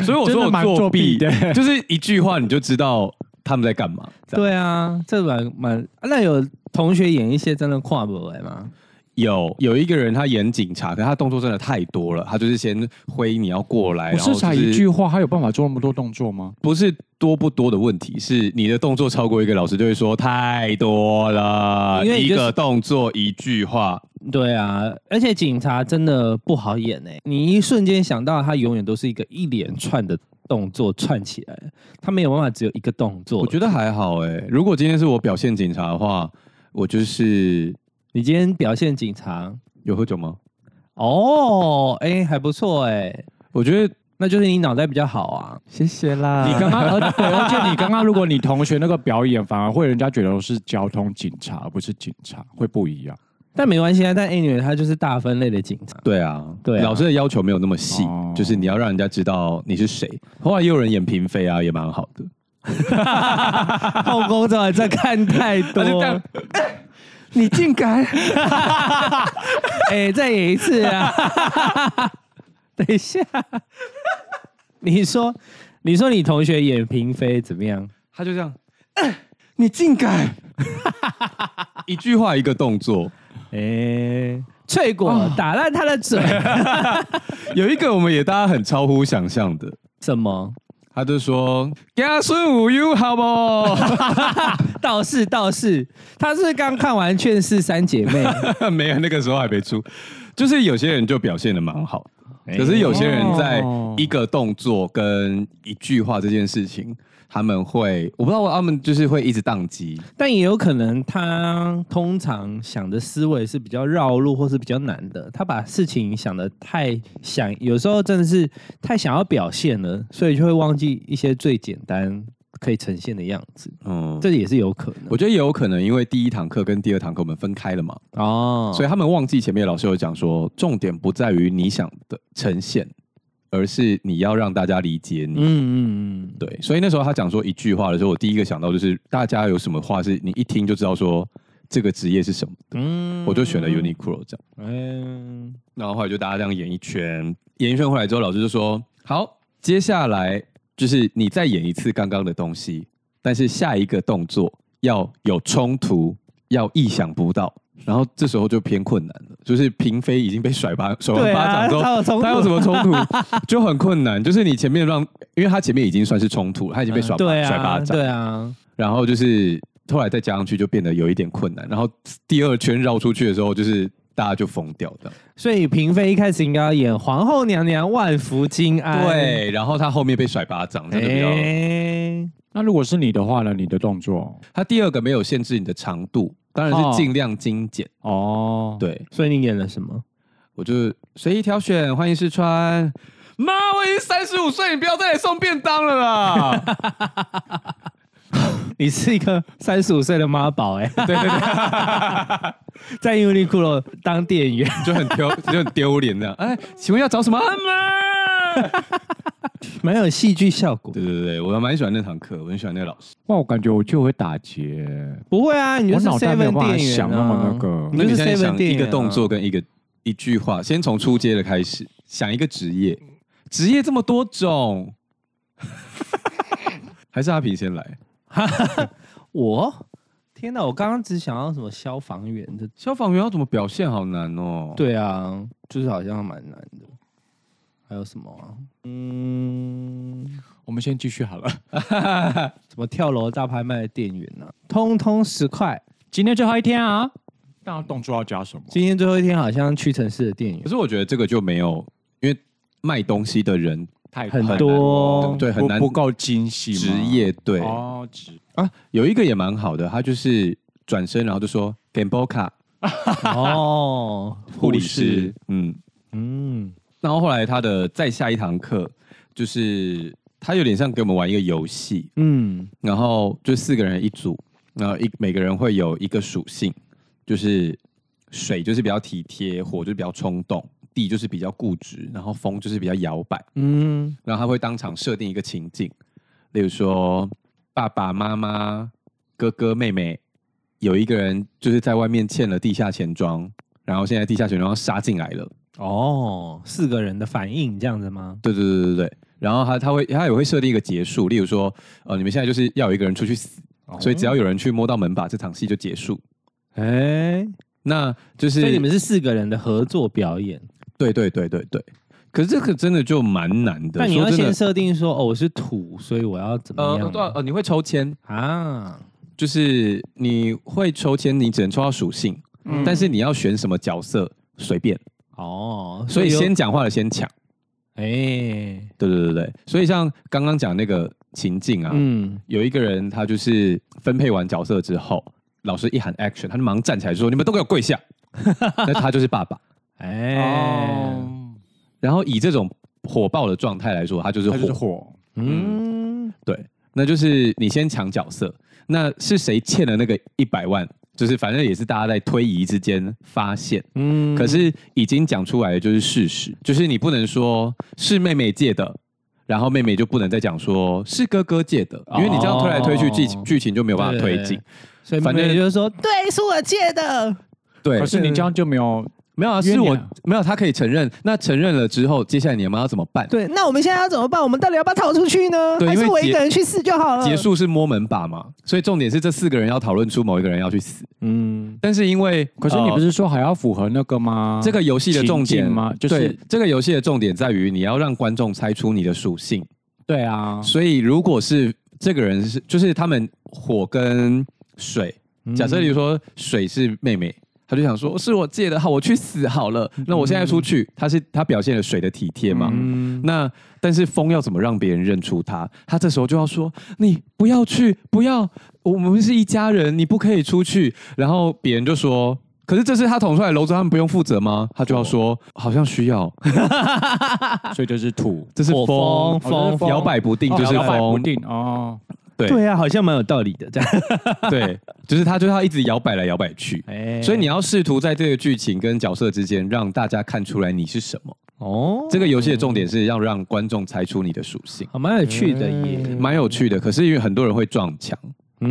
所以我
真
说
的
我
蛮
作
作
弊
弊的，
就是一句话你就知道他们在干嘛。这样
对啊，这蛮蛮那有同学演一些真的跨不来吗？
有有一个人他演警察，可他动作真的太多了，他就是先挥你要过来，
不
然后
是
就
才
是
一句话，他有办法做那么多动作吗？
不是多不多的问题，是你的动作超过一个，老师就会说太多了，
因为你
一
就是
个动作一句话，
对啊，而且警察真的不好演哎、你一瞬间想到他永远都是一个一连串的动作串起来，他没有办法只有一个动作。
我觉得还好哎、如果今天是我表现警察的话，我就是
你今天表现警察
有喝酒吗？
哦，哎、还不错哎、
我觉得
那就是你脑袋比较好啊。
谢谢啦
你刚刚，而对，而且你刚刚，如果你同学那个表演，反而会人家觉得是交通警察，而不是警察，会不一样。
但没关系啊，但 anyway 他就是大分类的警察。
对啊，
对啊
老师的要求没有那么细，
哦
就是你要让人家知道你是谁。后来也有人演嫔妃啊，也蛮好的。
(laughs) 后宫这这看太多， (laughs)
你竟敢？
哎、再演一次 (laughs) 啊！等一下，你说，你说你同学演嫔妃怎么样？
他就这样，你竟敢？一句话一个动作。
哎、翠果、打烂他的嘴，
有一个我们也大家很超乎想象的，
(laughs) 什么？
他就说 (laughs) “家孙无忧”好不好？
道士，道士，他是刚看完《劝世三姐妹》
没有，那个时候还没出。就是有些人就表现的蛮好，可是有些人在一个动作跟一句话这件事情，他们会我不知道，他们就是会一直宕机。
但也有可能他通常想的思维是比较绕路或是比较难的，他把事情想的太想，有时候真的是太想要表现了，所以就会忘记一些最简单可以呈现的样子，
嗯，
这也是有可
我
能。
觉得也有可能，因为第一堂课跟第二堂课我们分开了嘛，
哦，
所以他们忘记前面老师有讲说，重点不在于你想的呈现，而是你要让大家理解你。
嗯嗯嗯，
对，所以那时候他讲说一句话的时候，我第一个想到就是大家有什么话是你一听就知道说这个职业是什么，
嗯
我就选了 Uniqlo 这样。
嗯，
然后后来就大家这样演一圈，演一圈回来之后，老师就说：“好，接下来就是你再演一次刚刚的东西，但是下一个动作要有冲突，要意想不到。”然后这时候就偏困难了，就是嫔妃已经被甩巴甩完
对
巴
啊，
掌之后，
他有冲突
他有什么冲突就很困难。就是你前面让，因为他前面已经算是冲突了，他已经被
嗯
甩巴、
对啊
甩巴掌，
对啊，
然后就是后来再加上去就变得有一点困难。然后第二圈绕出去的时候，就是大家就疯掉的。
所以嫔妃一开始应该要演皇后娘娘万福金安，
对，然后他后面被甩巴掌，
哎，
真的比较。
(laughs) 那如果是你的话呢？你的动作
他第二个没有限制你的长度，当然是尽量精简。
哦，
对
所以你演了什么？
我就是随意挑选，欢迎试穿。妈，我已经三十五岁，你不要再来送便当了啦！
你是一个三十五岁的妈宝哎、
对对对，
(laughs) 在 Uniqlo 当店员，
(laughs) 就很丢，就很丢脸这样。哎，请问要找什么？啊妈！
蛮有戏剧效果。
对对对，我蛮喜欢那堂课，我很喜欢那个老师。
哇，我感觉我就会打结。
不会啊，你就是
我脑袋没有
Seven
办法
店员、啊、
想那么那个
你就是
那你现在
Seven
想
店
一
员、啊
个动作，跟一个一句话，先从出街的开始，想一个职业，职业这么多种， (laughs) 还是阿平先来？
我天哪，我刚刚只想要什么消防员的。
消防员要怎么表现？好难哦。，
对啊，就是好像蛮难的。还有什么啊？嗯，
我们先继续好了。
什么跳楼大拍卖的店员啊，通通十块。
今天最后一天啊， (laughs) 那动作要加什么？
今天最后一天好像屈臣氏的店员
可是我觉得这个就没有，因为卖东西的人
太
很
难
多
对很
不
难
不够精细吗，
职业对、
哦，职
啊，有一个也蛮好的，他就是转身然后就说 g a m b o k a
哦，
护理师，，嗯，
嗯，
然后后来他的再下一堂课就是他有点像给我们玩一个游戏，
嗯，
然后就四个人一组，然后一每个人会有一个属性，就是水就是比较体贴，火就是比较冲动，地就是比较固执，然后风就是比较摇摆。
嗯，
然后他会当场设定一个情境，例如说爸爸妈妈、哥哥妹妹，有一个人就是在外面欠了地下钱庄，然后现在地下钱庄杀进来了。
哦，四个人的反应这样子吗？
对对对对对。然后他他会他也会设定一个结束，例如说，呃，你们现在就是要有一个人出去死，所
哦
以只要有人去摸到门把，这场戏就结束。
哎，
那就是
所以你们是四个人的合作表演，
对对对对对。可是这个真的就蛮难的。
但你
说
要
真的
先设定说，哦，我是土，所以我要怎么
呃
样
对啊呃，你会抽签，
啊？
就是你会抽签，你只能抽到属性，但是你要选什么角色随便，
哦，
所以
有
先讲话的先抢。
哎，
对对对对，所以像刚刚讲那个情境啊，
嗯，
有一个人他就是分配完角色之后，老师一喊 action，他就忙站起来说：“你们都给我跪下！” (laughs) 那他就是爸爸。
哦
哎，
哦然后以这种火爆的状态来说，他就是
他
火。
就是火，
嗯，
对，那就是你先抢角色，那是谁欠了那个一百万？就是反正也是大家在推移之间发现。
嗯，
可是已经讲出来的就是事实，就是你不能说是妹妹借的，然后妹妹就不能再讲说是哥哥借的，因为你这样推来推去，剧情
哦
剧情就没有办法推进。
所以
反
反
正
正就是说，对，是我借的，
对
可是你这样就没有
没有啊，
冤
是
孽
我
啊
没有，他可以承认。那承认了之后，接下来你们要怎么办？
对，那我们现在要怎么办？我们到底要不要逃出去呢？
对
还
因
是
为
我一
结
个人去试就好了？
结束是摸门把嘛，所以重点是这四个人要讨论出某一个人要去死。
嗯，
但是因为
可是你
呃
不是说还要符合那个吗？
这个游戏的重
情
点
境吗就是
对这个游戏的重点在于你要让观众猜出你的属性，
对啊，
所以如果是这个人是就是他们火跟水，假设比如说水是妹妹，她就想说是我借的，好我去死好了，那我现在出去，她是她表现了水的体贴嘛，
嗯
(laughs) 那但是风要怎么让别人认出她？她这时候就要说你不要去，不要，我们是一家人，你不可以出去，然后别人就说。可是这是他捅出来的篓子，他们不用负责吗？他就要说，好像需要，
所以就是土，
这是
火
风，
哦这是
风
风
摇摆不定就是
摆不
风，
定哦。
对
对啊，好像蛮有道理的这样， (laughs)
对，就是他，就是他一直摇摆来摇摆去，
哎
所以你要试图在这个剧情跟角色之间让大家看出来你是什么。
哦，
这个游戏的重点是要让观众猜出你的属性，
好蛮有趣的耶，嗯
蛮有趣的。可是因为很多人会撞墙，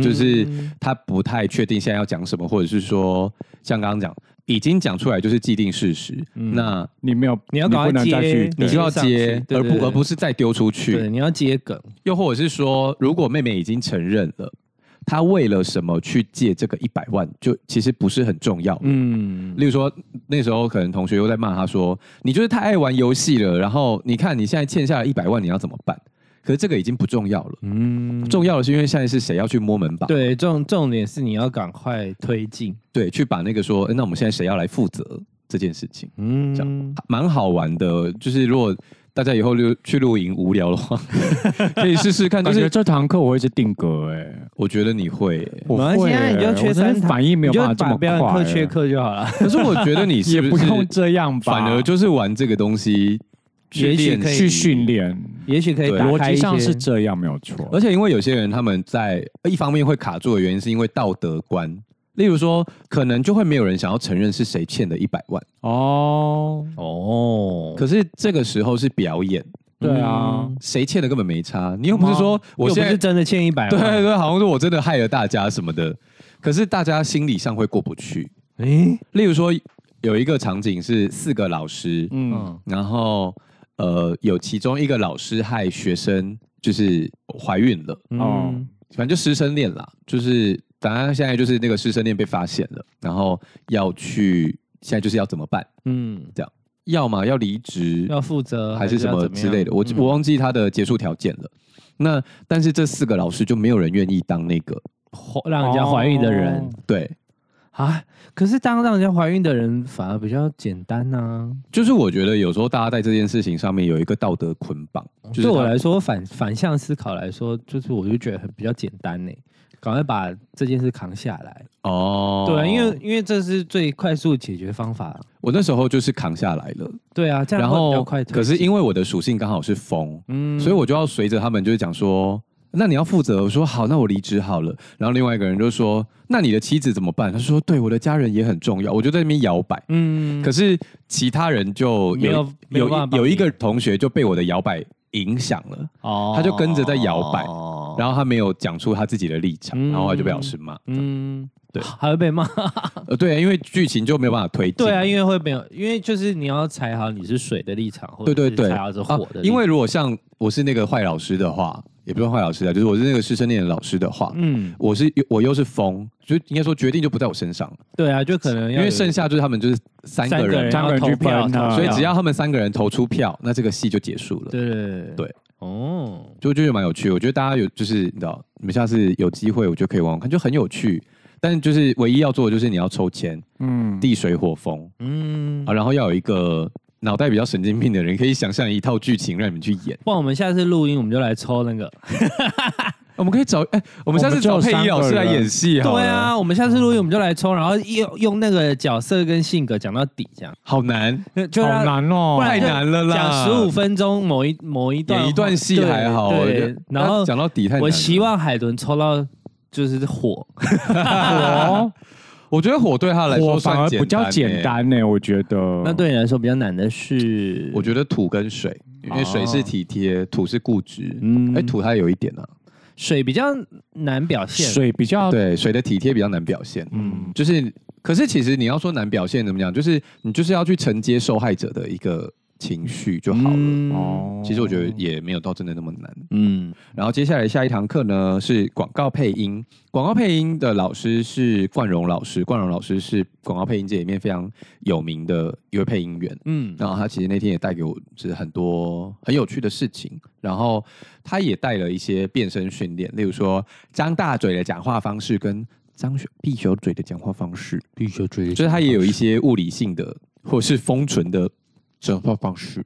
就是他不太确定现在要讲什么，或者是说像刚刚讲，已经讲出来就是既定事实，那
你没有，
你要赶快
不能
接
再去，
你就要接，
嗯对
而
对
不
对
而不是再丢出
对，
去。
你要接梗，
又或者是说，如果妹妹已经承认了，她为了什么去借这个一百万，就其实不是很重要。
嗯，
例如说，那时候可能同学又在骂他说：“你就是太爱玩游戏了，然后你看你现在欠下了一百万，你要怎么办？”可是这个已经不重要了，
嗯，
重要的是因为现在是谁要去摸门把，
对，重重点是你要赶快推进，
对去把那个说，诶那我们现在谁要来负责这件事情，
嗯，
这样蛮好玩的。就是如果大家以后就去露营无聊的
(laughs)
话，可以试试看。就
感觉
是
这堂课我会是定格哎，
我觉得你会，
(laughs) 我
没关系
会
啊
欸
你就
我
缺
真的
三堂
反应没有
你就
办法这
把
么
表演课
快欸，
缺
(laughs)
课就好了，
可是我觉得你
也
是
不
是
用这样吧，
反而就是玩这个东西去
也许
练
可以
习
去训练。
(laughs) 也许可以
对
打
逻
开
辑
一
上
些
是这样，没有错。
而且因为有些人他们在呃一方面会卡住的原因，是因为道德观。例如说，可能就会没有人想要承认是谁欠的一百万，
哦，
哦，
可是这个时候是表演，嗯
对啊，
谁欠的根本没差。你又不是说我
哦又不
现在
是真的欠一百
对
万，
对，好像是我真的害了大家什么的，可是大家心理上会过不去。
对，
例如说，有一个场景是四个老师，
嗯，
嗯，
然后呃，有其中一个老师害学生就是怀孕了，
哦
嗯，
反正就师生恋啦，就是反正现在就是那个师生恋被发现了，然后要去现在就是要怎么办？
嗯，
要么要离职，
要负责
还是什
要
么
怎
之类
样
的，我、
嗯
我忘记他的结束条件了。那但是这四个老师就没有人愿意当那个
怀让人家怀孕的人、
对，
啊，可是当让人家怀孕的人反而比较简单啊呐、
就是我觉得有时候大家在这件事情上面有一个道德捆绑，就是
对我
他
来说，反反向思考来说，就是我就觉得很比较简单呢、赶快把这件事扛下来。
哦，
对啊，因为因为这是最快速解决方法。
我那时候就是扛下来了，
对啊，这样
然
会比较
后
快推
可是
进
因为我的属性刚好是风，
嗯
所以我就要随着他们就是讲说，那你要负责。我说好，那我离职好了。然后另外一个人就说，那你的妻子怎么办？他说，对，我的家人也很重要。我就在那边摇摆。
嗯，
可是其他人就
没有没有
有
办法
一
帮
有一个
你
同学就被我的摇摆影响了，
哦
他就跟着在摇摆，
哦
然后他没有讲出他自己的立场，
嗯
然后他就被老师骂。
嗯，
对
还会被骂。 (laughs)
呃，对啊，因为剧情就没有办法推进。
对啊，因为会没有，因为就是你要踩好你是水的立场，或
对
者
对
是
对，啊
踩好是火的立
因
场、
为如果像我是那个坏老师的话，也不是坏老师啊，就是我是那个师生恋的老师的话，
嗯，
我是我又是风，就应该说决定就不在我身上了，
对啊，就可能要
因为
有
剩下就是他们就是三
三
个人，
三个
要
人
投
去
票，
分啊
投
所以
票
只要他们三个人投出票，那这个戏就结束了。
对对对
对
哦，
就就觉得蛮有趣，我觉得大家有就是你知道，你们下次有机会，我觉得可以玩玩看，就很有趣。但就是唯一要做的就是你要抽签，
嗯，
地水火风
嗯，
啊，然后要有一个脑袋比较神经病的人，可以想象一套剧情让你们去演。
不然我们下次录音我们就来抽那个，
我们可以找哎、我们下次找配音老师来演戏好了
对，啊，我们下次录音我们就来抽，然后用用那个角色跟性格讲到底，这样
好难，
就
好
让
难哦，
不
太
然就
难了啦，
讲十五分钟某一某一段
演一段戏
对
还好，我觉
对
得，啊
然后
讲到底太难了嗯
我希，望海豚抽到就是火，
(laughs) 火
我觉得火对他来
火
说算
反而
简
比
单
较简
欸，
单呢，我觉得。
(laughs) 那对你来说比较难的是，
我觉得土跟水，因为水
哦
是体贴，土是固执，
嗯
哎、土它有一点啊，
水比较难表现，
水比较
对，水的体贴比较难表现。
哦嗯
就是，可是其实你要说难表现怎么讲，就是你就是要去承接受害者的一个情绪就好了。
嗯
哦，
其实我觉得也没有到真的那么难。
嗯
然后接下来下一堂课呢是广告配音，广告配音的老师是冠荣老师，冠荣老师是广告配音界里面非常有名的一位配音员。
嗯
然后他其实那天也带给我就是很多很有趣的事情，然后他也带了一些变声训练，例如说张大嘴的讲话方式跟张小闭小嘴的讲话方式，
必须追
就是他也有一些物理性的或是封存的讲话方式，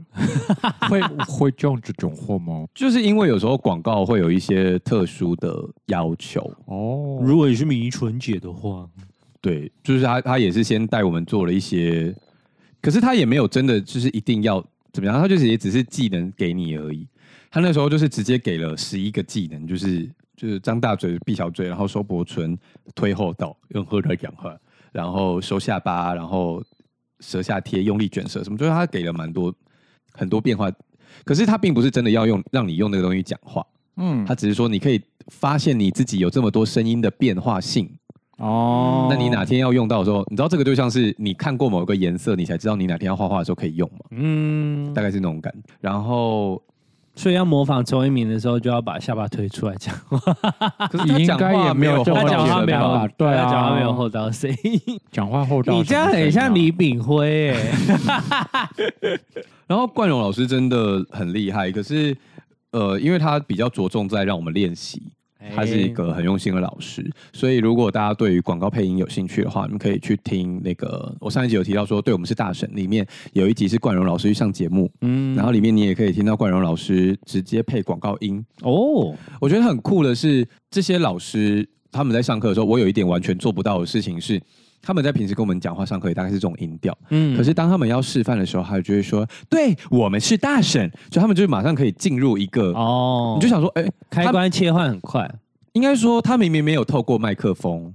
会会这样子种货吗？
就是因为有时候广告会有一些特殊的要求，
哦，
如果你是迷纯姐的话，
对，就是他他也是先带我们做了一些，可是他也没有真的就是一定要怎么样，他就是也只是技能给你而已。他那时候就是直接给了十一个技能，就是就是张大嘴、闭小嘴，然后收脖唇、推后倒、用喝的讲话，然后收下巴，然后舌下贴、用力卷舌什么，就是他给了蛮多很多变化。可是他并不是真的要用让你用那个东西讲话，
嗯
他只是说你可以发现你自己有这么多声音的变化性，
哦，
那你哪天要用到的时候，你知道这个就像是你看过某个颜色，你才知道你哪天要画画的时候可以用嘛，
嗯，
大概是那种感觉。然后，
所以要模仿陈为民的时候，就要把下巴推出来讲话，
可 (laughs) 是他
应
讲
啊该
话
也
没
没有这
厚道
他
么
讲话
简
没
单
有
吧对啊
他讲话没有厚道声音，
讲话厚道，
你这样很像李，炳辉哎，
然后冠荣老师真的很厉害，可是呃，因为他比较着重在让我们练习，
哎
他是一个很用心的老师，所以如果大家对于广告配音有兴趣的话，你们可以去听那个我上一集有提到说，对我们是大神里面有一集是冠荣老师去上节目，
嗯
然后里面你也可以听到冠荣老师直接配广告音。
哦，
我觉得很酷的是，这些老师他们在上课的时候，我有一点完全做不到的事情是，他们在平时跟我们讲话上课也大概是这种音调，
嗯
可是当他们要示范的时候，他就会说：“对我们是大婶。”所以他们就马上可以进入一个，
哦，
你就想说，哎、
开
他
关切换很快，
应该说他明明没有透过麦克风，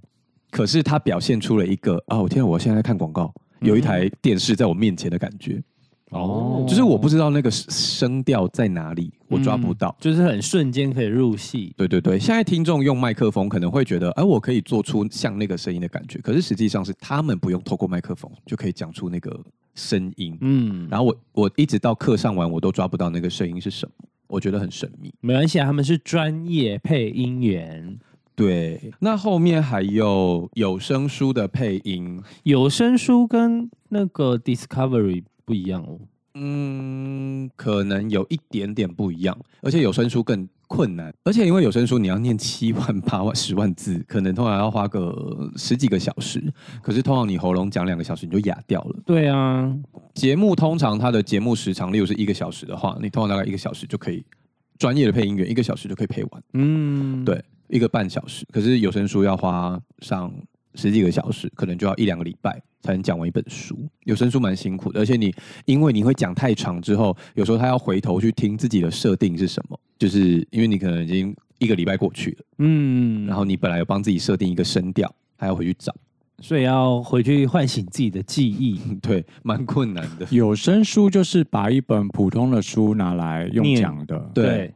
可是他表现出了一个啊，我天啊，我现在在看广告，有一台电视在我面前的感觉。
嗯哦
就是我不知道那个声调在哪里，我抓
嗯
不到。
就是很瞬间可以入戏。
对对对，现在听众用麦克风可能会觉得，哎、我可以做出像那个声音的感觉，可是实际上是他们不用透过麦克风就可以讲出那个声音。
嗯，
然后我我一直到课上完，我都抓不到那个声音是什么，我觉得很神秘。
没关系啊，他们是专业配音员，
对，那后面还有有声书的配音，
有声书跟那个 Discovery 不一样哦。
嗯，可能有一点点不一样，而且有声书更困难，而且因为有声书你要念七万、八万、十万字，可能通常要花个十几个小时，可是通常你喉咙讲两个小时你就哑掉了。
对啊，
节目通常它的节目时长，例如是一个小时的话，你通常大概一个小时就可以，专业的配音员一个小时就可以配完。
嗯，
对，一个半小时，可是有声书要花上十几个小时，可能就要一两个礼拜才能讲完一本书。有声书蛮辛苦的，而且你因为你会讲太长之后，有时候他要回头去听自己的设定是什么，就是因为你可能已经一个礼拜过去了，
嗯，
然后你本来有帮自己设定一个声调，还要回去找，
所以要回去唤醒自己的记忆，
对，蛮困难的。
有声书就是把一本普通的书拿来用
念
讲的，
对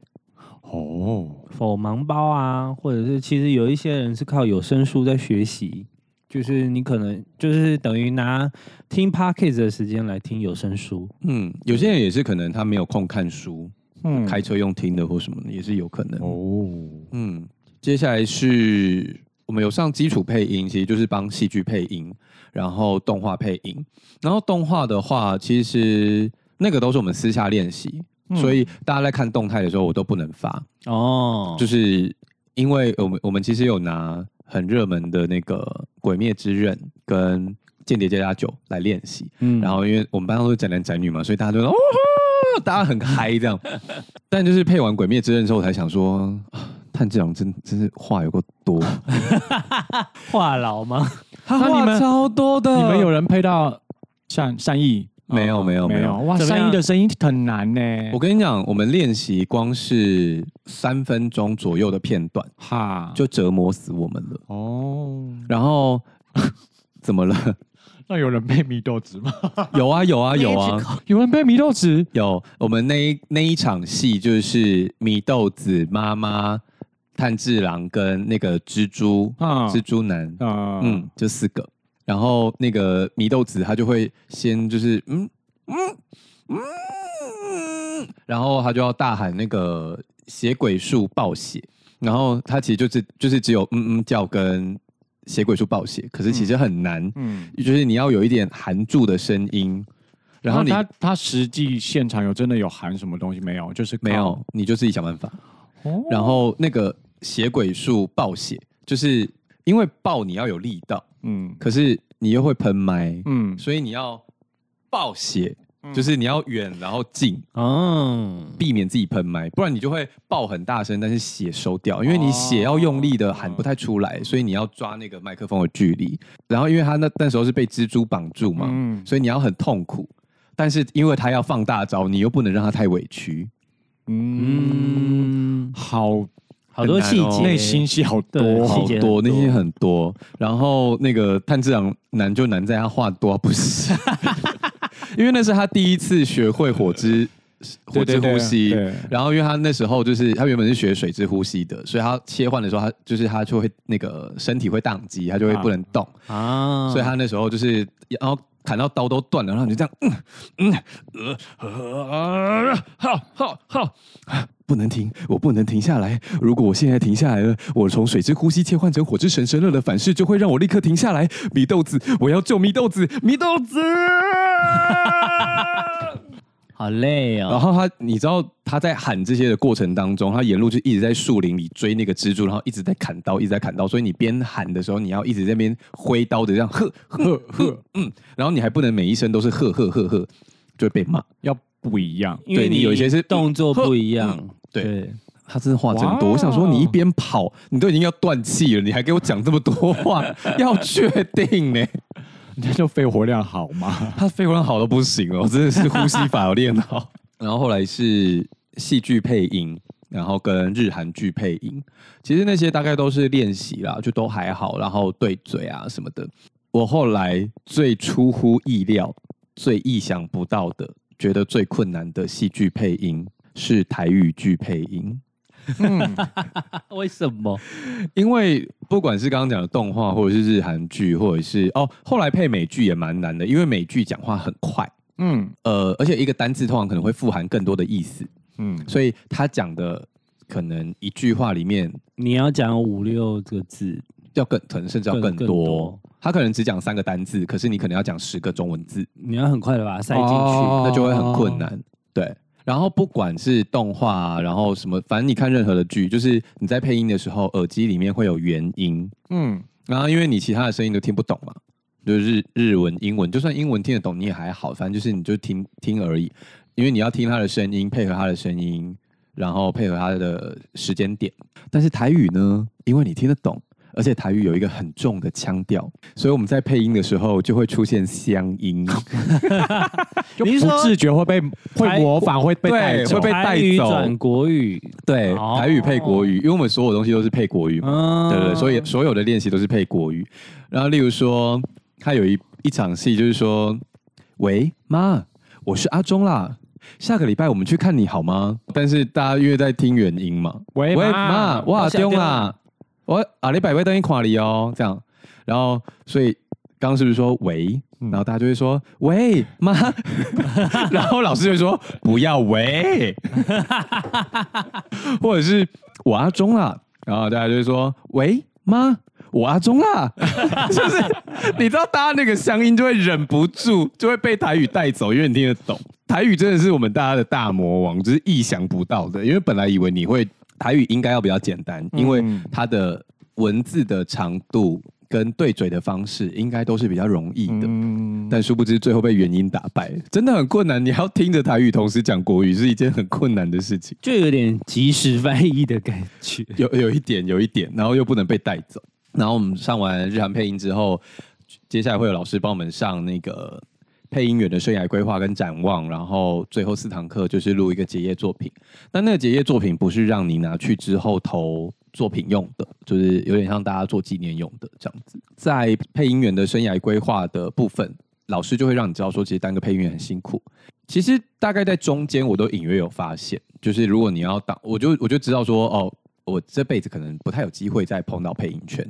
哦，
否盲包啊，或者是其实有一些人是靠有声书在学习，就是你可能就是等于拿听 podcast 的时间来听有声书，
嗯，有些人也是可能他没有空看书，
嗯
开车用听的或什么的也是有可能。
哦，
嗯，接下来是我们有上基础配音，其实就是帮戏剧配音，然后动画配音。然后动画的话，其实那个都是我们私下练习，所以大家在看动态的时候，我都不能发，
哦，
就是是因为我们我们其实有拿很热门的那个《鬼灭之刃》跟《间谍加加酒》来练习。
嗯
然后因为我们班上都是宅男宅女嘛，所以大家都说哦吼，大家很嗨 (laughs) 这样。但就是配完《鬼灭之刃》之后，我才想说，啊炭治郎真真是话有够多，
话痨吗？
哈哈你们
超多的
你们有人配到善善意？
没有没有没有？
哇，
怎么样
善意的声音很难呢。
我跟你讲，我们练习光是三分钟左右的片段，
哈
就折磨死我们了。
哦，
然后 (laughs) 怎么了？ (laughs)
那有人配米豆子吗？
有啊有啊有啊！
(laughs) 有人配米豆子？
有，我们那一那一场戏就是米豆子妈妈、炭治郎跟那个蜘蛛、
啊
蜘蛛男，
啊，
嗯，就四个。然后那个米豆子他就会先就是嗯嗯嗯，然后他就要大喊那个血鬼术暴血，然后他其实就是就是只有嗯嗯叫跟血鬼术暴血，可是其实很难，
嗯，
就是你要有一点含住的声音，然后你
那他他实际现场有真的有含什么东西没有？就是靠
没有，你就自己想办法。
哦
然后那个血鬼术爆血，就是因为爆你要有力道，
嗯
可是你又会喷麦，
嗯
所以你要爆血，就是你要远然后近，
哦，
避免自己喷麦，不然你就会爆很大声，但是血收掉，
哦
因为你血要用力的喊不太出
嗯
来，所以你要抓那个麦克风的距离。然后因为他那那时候是被蜘蛛绑住嘛，
嗯
所以你要很痛苦。但是因为他要放大招，你又不能让他太委屈，
嗯，
嗯，
哦
好，
好多细节，
哦内心戏好
对
多
细
好
节很
多那些
多
很多。然后那个炭治郎难就难在他话多到不行，因为那是他第一次学会火之火之呼吸。
对对对对
然后因为他那时候就是他原本是学水之呼吸的，所以他切换的时候他就是他就会那个身体会宕机，他就会不能动，
啊，
所以他那时候就是然后。砍到刀都断了，然后你就这样，嗯嗯呃呃，好好好，不能停，我不能停下来。如果我现在停下来了，我从水之呼吸切换成火之神神乐的反噬，就会让我立刻停下来。米豆子，我要救米豆子，米豆子。
好累
然
哦，
后他，你知道他在喊这些的过程当中，他沿路就一直在树林里追那个蜘蛛，然后一直在砍刀，一直在砍刀。所以你边喊的时候，你要一直在那边挥刀的这样 (laughs) 呵呵呵，嗯，然后你还不能每一声都是呵呵呵呵，就会被骂。
要不一样。
因为
对你有一些是
动作不一样，
嗯对他真的话真多，
哇
我想说你一边跑，你都已经要断气了，你还给我讲这么多话， (laughs) 要确定呢、
(laughs) 那就肺活量好吗？
他肺活量好到不行 (laughs) 哦，真的是呼吸法有练好。 (laughs) 然后后来是戏剧配音，然后跟日韩剧配音，其实那些大概都是练习啦，就都还好，然后对嘴啊什么的。我后来最出乎意料、最意想不到的，觉得最困难的戏剧配音是台语剧配音。
嗯
啊为什么？
因为不管是刚刚讲的动画，或者是日韩剧，或者是哦，后来配美剧也蛮难的，因为美剧讲话很快，
嗯
呃，而且一个单字通常可能会富含更多的意思，
嗯，
所以他讲的可能一句话里面
你要讲五六个字，
要更，可能甚至要更多。
更更多
他可能只讲三个单字，可是你可能要讲十个中文字，
你要很快的把它塞进去，
哦
那就会很困难。对，然后不管是动画、啊，然后什么，反正你看任何的剧，就是你在配音的时候，耳机里面会有元音，
嗯，
然后因为你其他的声音都听不懂嘛，就是日日文、英文，就算英文听得懂你也还好，反正就是你就听听而已，因为你要听他的声音，配合他的声音，然后配合它的时间点。但是台语呢，因为你听得懂，而且台语有一个很重的腔调，所以我们在配音的时候就会出现乡音，
就
你是
不
说
自觉会被会模仿，会被带
对
走
会被。带
台语
走
转国语，
对，
哦
台语配国语，因为我们所有东西都是配国语嘛。
嗯，
对对对，所以所有的练习都是配国语。然后，例如说，他有一一场戏，就是说：“喂，妈，我是阿忠啦，下个礼拜我们去看你好吗？”但是大家因为在听原音嘛，
喂
喂
妈
妈，我阿
我下
忠
中
啦，我阿礼拜会等你看你哦，这样。然后，所以刚刚是不是说喂？然后大家就会说喂妈， (laughs) 然后老师就会说不要喂，或者是我阿忠啦，然后大家就会说喂妈，我阿忠啦， (laughs) 就是你知道大家那个乡音就会忍不住就会被台语带走，因为你听得懂。台语真的是我们大家的大魔王，就是意想不到的。因为本来以为你会台语应该要比较简单，因为它的文字的长度跟对嘴的方式应该都是比较容易的。
嗯，
但殊不知最后被原音打败，真的很困难。你要听着台语同时讲国语是一件很困难的事情，
就有点即时翻译的感觉。
有有一点有一点，然后又不能被带走。然后我们上完日韩配音之后，接下来会有老师帮我们上那个配音员的生涯规划跟展望，然后最后四堂课就是录一个结业作品。但那个结业作品不是让你拿去之后投作品用的，就是有点像大家做纪念用的这样子。在配音员的生涯规划的部分，老师就会让你知道说，其实当个配音员很辛苦。其实大概在中间，我都隐约有发现，就是如果你要当，我就我就知道说，哦，我这辈子可能不太有机会再碰到配音圈，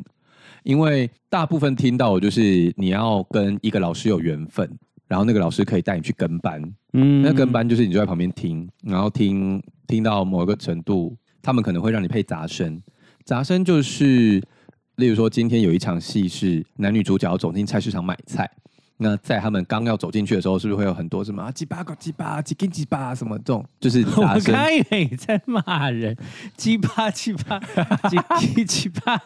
因为大部分听到我就是你要跟一个老师有缘分，然后那个老师可以带你去跟班，
嗯
那跟班就是你就在旁边听，然后听听到某一个程度，他们可能会让你配杂声。杂声就是，例如说今天有一场戏是男女主角走进菜市场买菜，那在他们刚要走进去的时候，是不是会有很多什么啊鸡巴狗鸡巴几斤几巴什么这种，就是杂
我
声。
刚以为你在骂人，鸡巴鸡巴鸡鸡鸡巴，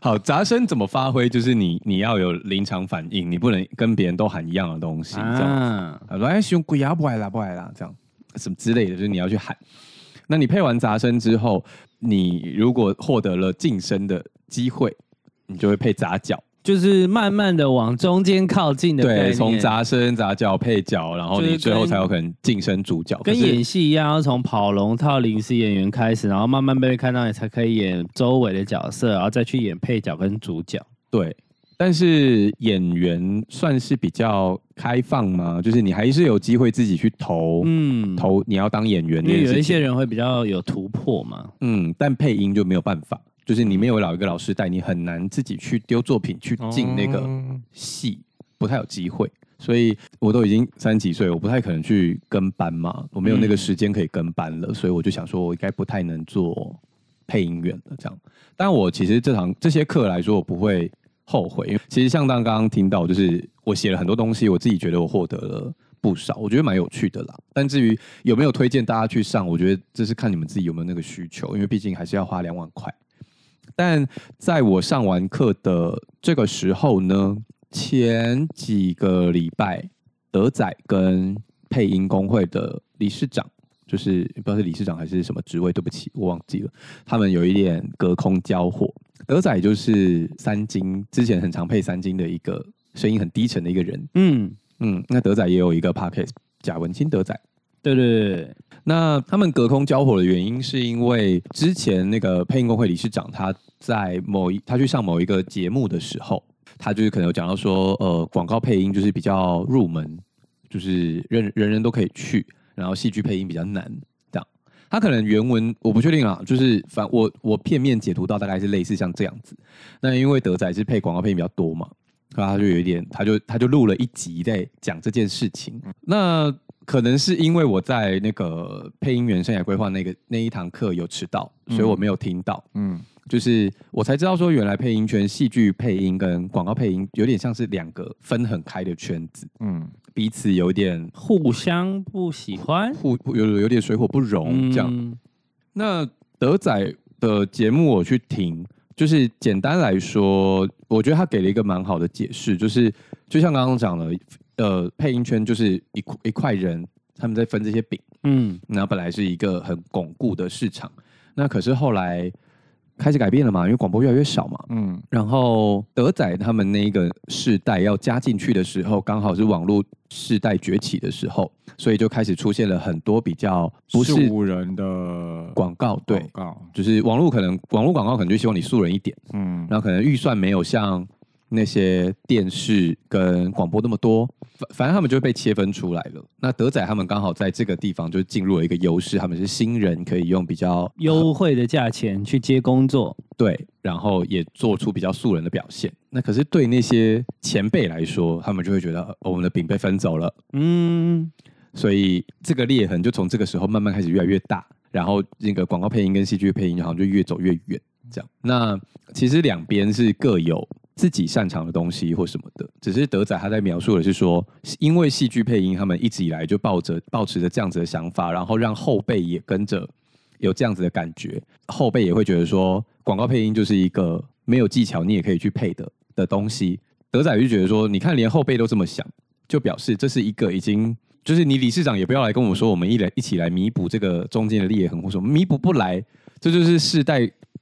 好，杂声怎么发挥？就是你你要有临场反应，你不能跟别人都喊一样的东西，这样。
啊，
他说：“哎，熊鬼啊，不来啦，不来啦，这样什么之类的，就是你要去喊。那你配完杂声之后，你如果获得了晋升的机会，你就会配杂角，
就是慢慢的往中间靠近的概
对，
念，
从杂声、杂角配角，然后
就是
你最后
跟
才有可能晋升主角。
跟
可是
演戏一样，要从跑龙套临时演员开始，然后慢慢被看到，你才可以演周围的角色，然后再去演配角跟主角。
对，但是演员算是比较开放吗？就是你还是有机会自己去投、
嗯，
投，你要当演员
因
这
为
件
有一
事
些
情。
人会比较有突破嘛。
嗯，但配音就没有办法。就是你没有老一个老师带，你很难自己去丢作品去进那
哦
个戏不太有机会，所以我都已经三十几岁，我不太可能去跟班嘛，我没有那个时间可以跟班了，所以我就想说，我应该不太能做配音员了这样。但我其实这堂这些课来说，我不会后悔，因为其实像刚刚听到，就是我写了很多东西，我自己觉得我获得了。不少，我觉得蛮有趣的啦。但至于有没有推荐大家去上，我觉得这是看你们自己有没有那个需求，因为毕竟还是要花两万块。但在我上完课的这个时候呢，前几个礼拜，德仔跟配音工会的理事长，就是不知道是理事长还是什么职位，对不起，我忘记了。他们有一点隔空交火。德仔就是三金之前很常配三金的一个声音很低沉的一个人，
嗯，
嗯，那德仔也有一个 podcast 贾文清德仔。
对对对，
那他们隔空交火的原因，是因为之前那个配音工会理事长他在某一他去上某一个节目的时候，他就是可能有讲到说，呃，广告配音就是比较入门，就是人人人都可以去，然后戏剧配音比较难。这样，他可能原文我不确定啦，就是反我我片面解读到大概是类似像这样子。那因为德仔是配广告配音比较多嘛，所以他就有一点，他就他就录了一集在讲这件事情。那可能是因为我在那个配音员生涯规划那个那一堂课有迟到，所以我没有听到。
嗯，
就是我才知道说，原来配音圈戏剧配音跟广告配音有点像是两个分很开的圈子，
嗯，
彼此有点
互相不喜欢，
互有有点水火不容这样。
嗯
那德仔的节目我去听，就是简单来说，我觉得他给了一个蛮好的解释，就是就像刚刚讲的，呃，配音圈就是一一块人他们在分这些饼，
嗯，
然后本来是一个很巩固的市场，那可是后来开始改变了嘛，因为广播越来越少嘛，
嗯，
然后德仔他们那一个世代要加进去的时候，刚好是网络世代崛起的时候，所以就开始出现了很多比较不是
素人的
广告，对，
告，
就是网络可能网络广告可能就希望你素人一点，
嗯，
然后可能预算没有像那些电视跟广播那么多，反反正他们就被切分出来了。那德仔他们刚好在这个地方就进入了一个优势，他们是新人，可以用比较
优惠的价钱去接工作，
对，然后也做出比较素人的表现。那可是对那些前辈来说，他们就会觉得、呃我们的饼被分走了，
嗯，
所以这个裂痕就从这个时候慢慢开始越来越大，然后那个广告配音跟戏剧配音好像就越走越远。这样，那其实两边是各有自己擅长的东西或什么的，只是德仔他在描述的是说，因为戏剧配音他们一直以来就抱着抱持着这样子的想法，然后让后辈也跟着有这样子的感觉，后辈也会觉得说，广告配音就是一个没有技巧你也可以去配的的东西。德仔就觉得说，你看连后辈都这么想，就表示这是一个已经就是你理事长也不要来跟我说，我们一来一起来弥补这个中间的裂痕或什么，弥补不来，这就是世代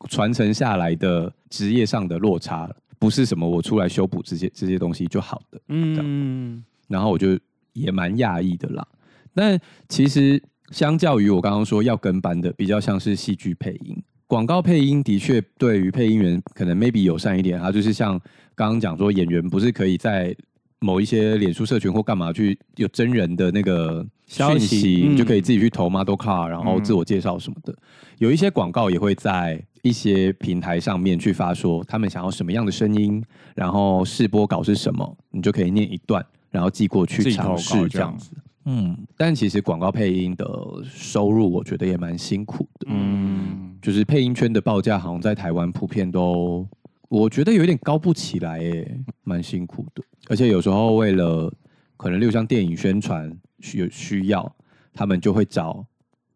传承下来的职业上的落差，不是什么我出来修补这些这些东西就好的。
嗯，
然后我就也蛮讶异的啦。但其实相较于我刚刚说要跟班的，比较像是戏剧配音。广告配音的确对于配音员可能 maybe 友善一点，它就是像刚刚讲说演员不是可以在某一些脸书社群或干嘛去有真人的那个
消
讯
息
息，你就
嗯
可以自己去投 model car，然后自我介绍什么的。有一些广告也会在一些平台上面去发说他们想要什么样的声音，然后试播稿是什么，你就可以念一段，然后寄过去尝试这样子。嗯，但其实广告配音的收入，我觉得也蛮辛苦的。
嗯，
就是配音圈的报价，好像在台湾普遍都，我觉得有点高不起来耶，蛮辛苦的。而且有时候为了可能六项电影宣传需有需要，他们就会找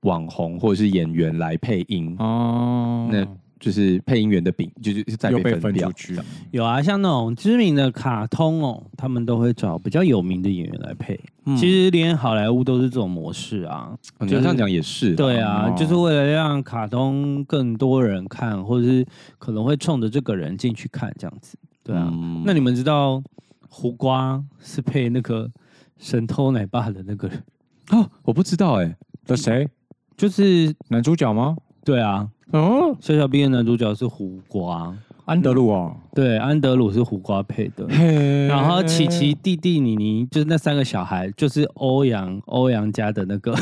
网红或者是演员来配音，
哦
那就是配音员的饼就是再
又
被
被
分
分
掉
出。去，
有啊，像那种知名的卡通哦，他们都会找比较有名的演员来配。
嗯
其实连好莱坞都是这种模式啊。
你
就
要
是
这样讲也是，
对啊，
哦
就是为了让卡通更多人看，或者是可能会冲着这个人进去看这样子。对啊，
嗯
那你们知道胡瓜是配那个神偷奶爸的那个人， (laughs)
哦，我不知道哎、
这谁？
就是
男主角吗？
对啊，
哦，
小小兵的男主角是胡瓜，
安德鲁哦，
对，安德鲁是胡瓜配的。然后琪琪、弟弟、妮妮，就是那三个小孩，就是欧阳欧阳家的那个，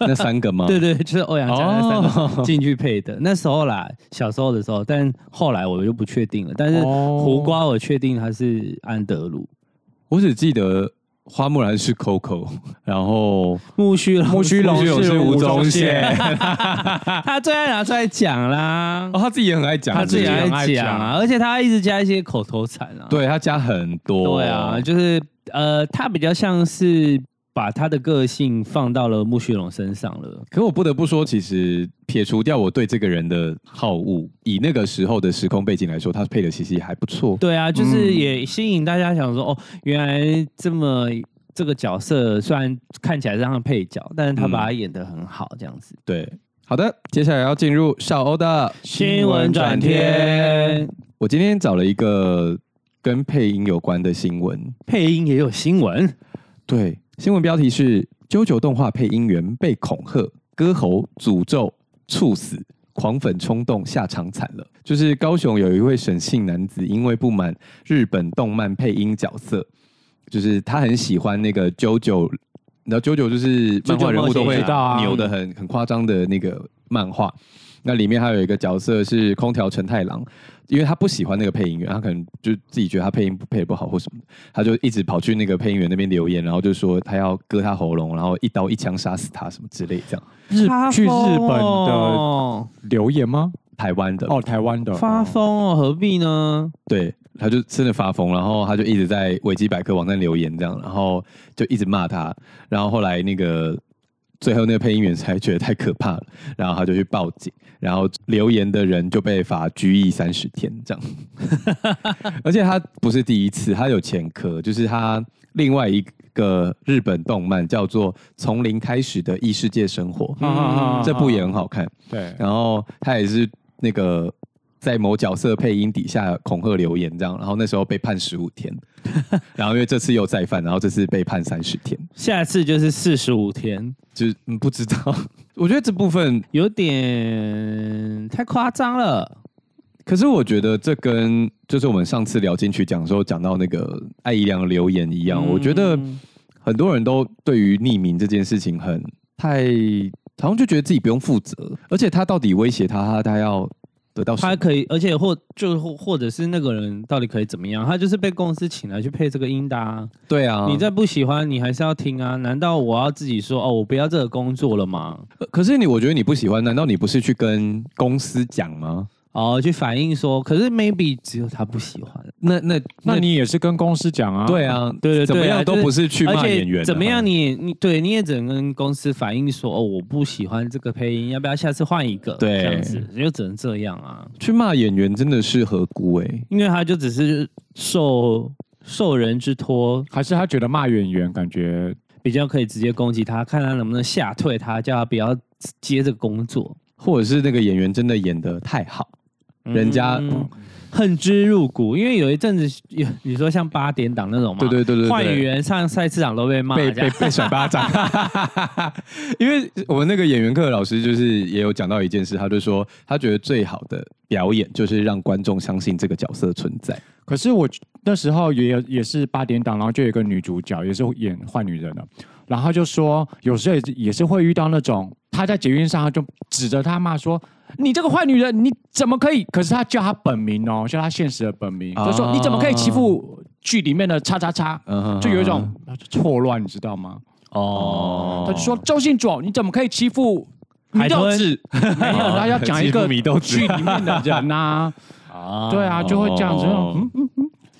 那三个 (laughs) 吗？
对对， (laughs) 就是欧阳家的那三个进去配的。那时候啦，小时候的时候，但后来我就不确定了。但是
哦
胡瓜，我确定他是安德鲁，
我只记得花木兰是 Coco，然后
木须龙，
木须龙
是吴宗宪，
(laughs) 他最爱拿出来讲啦，
哦，他自己也很爱讲，
他自己
对不对
很
爱
爱
讲啊，
讲
而且他一直加一些口头禅啊，
对他加很多，
对啊，就是呃，他比较像是把他的个性放到了木须龙身上了。
可我不得不说，其实撇除掉我对这个人的好恶，以那个时候的时空背景来说，他配的其实还不错。
对啊，就是
嗯
也吸引大家想说，哦，原来这么这个角色虽然看起来是他的配角，但
嗯
是他把他演得很好，这样子。
对，好的，接下来要进入少欧的。
天，
我今天找了一个跟配音有关的新闻，
配音也有新闻，
对，新闻标题是“啾啾动画配音员被恐吓、割喉、诅咒、猝死”。狂粉冲动下场惨了，就是高雄有一位沈姓男子，因为不满日本动漫配音角色，就是他很喜欢那个啾啾，然后啾啾就是漫画人物都会
知道啊
扭的很很夸张的那个漫画，那里面还有一个角色是空调陈太郎，因为他不喜欢那个配音员，他可能就自己觉得他配音配的不好或什么的，他就一直跑去那个配音员那边留言，然后就说他要割他喉咙，然后一刀一枪杀死他什么之类这样。
日去日本的
哦
留言吗？
台湾的
哦，台湾的
发
哦
疯哦，何必呢？
对，他就真的发疯，然后他就一直在维基百科网站留言这样，然后就一直骂他，然后后来那个最后那个配音员才觉得太可怕了，然后他就去报警，然后留言的人就被罚拘役三十天这样， (laughs) 而且他不是第一次，他有前科，就是他另外一个日本动漫，叫做《从零开始的异世界生活》，
嗯
这部也很好看。
对，
然后他也是那个在某角色配音底下恐吓留言这样，然后那时候被判十五
(laughs)
天，然后因为这次又再犯，然后这次被判三十天，
下次就是四十五天，
就是、嗯、不知道。 (laughs) 我觉得这部分，
有点太夸张了。
可是我觉得这跟就是我们上次聊金曲奖的时候讲到那个艾怡良的留言一样，我觉得
嗯
很多人都对于匿名这件事情很太，好像就觉得自己不用负责，而且他到底威胁他，他他要得到什
他
么？
可以，而且或就或或者是那个人到底可以怎么样？他就是被公司请来去配这个音的啊。
对啊，
你再不喜欢，你还是要听啊。难道我要自己说哦，我不要这个工作了吗？
呃可是你，我觉得你不喜欢，难道你不是去跟公司讲吗？
哦，去反映说，可是 maybe 只有他不喜欢，
那那
那你也是跟公司讲啊？
对啊，
对对
怎么
对啊
样都
就是
不是去
而
骂
且
演员啊的，
怎么样你？也你对你也只能跟公司反映说哦，我不喜欢这个配音，要不要下次换一个？
对
这样子你就只能这样啊，
去骂演员真的是何辜哎、
因为他就只是受受人之托，
还是他觉得骂演员感觉
比较可以直接攻击他，看他能不能吓退他，叫他不要接这个工作。
或者是那个演员真的演的太好，人家、
嗯恨之入骨，因为有一阵子有你说像八点档那种嘛，
对对对对对
换演员上赛市场都被骂，
被
这
被
样
被甩巴
(laughs)
掌，因为我们那个演员课的老师就是也有讲到一件事，他就说他觉得最好的表演就是让观众相信这个角色存在。
可是我那时候也有也是八点档，然后就有一个女主角也是演坏女人的，然后她就说有时候也是也是会遇到那种她在捷运上，她就指着她骂说：“你这个坏女人，你怎么可以？”可是她叫她本名哦，叫她现实的本名，
啊
就说你怎么可以欺负剧里面的叉叉叉
嗯哼，
就有一种错乱，你知道吗？
哦
她就说周信佐，你怎么可以欺负？米豆子
(laughs)
没有，她要讲一
欺
个
负米豆子
剧里面的人
(laughs)
呐，
啊
对啊，就会这样子，
哦
嗯，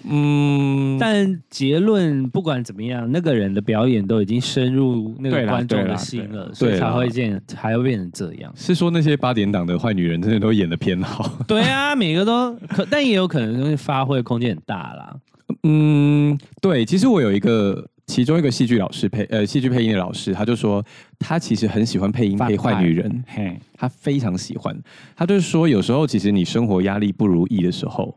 嗯，
但结论不管怎么样，那个人的表演都已经深入那
对
个
啦
观众
对
的
啦
心了，
对
所以才
啦。
会变，才会变成这样
是说那些八点档的坏女人真的都演的偏好。
对啊，每个都可，但也有可能就是发挥空间很大啦。
(laughs) 嗯，对，其实我有一个其中一个戏剧老师配呃戏剧配音的老师，他就说他其实很喜欢配音
反
配坏
派
女人，
嘿，
他非常喜欢。他就是说，有时候其实你生活压力不如意的时候，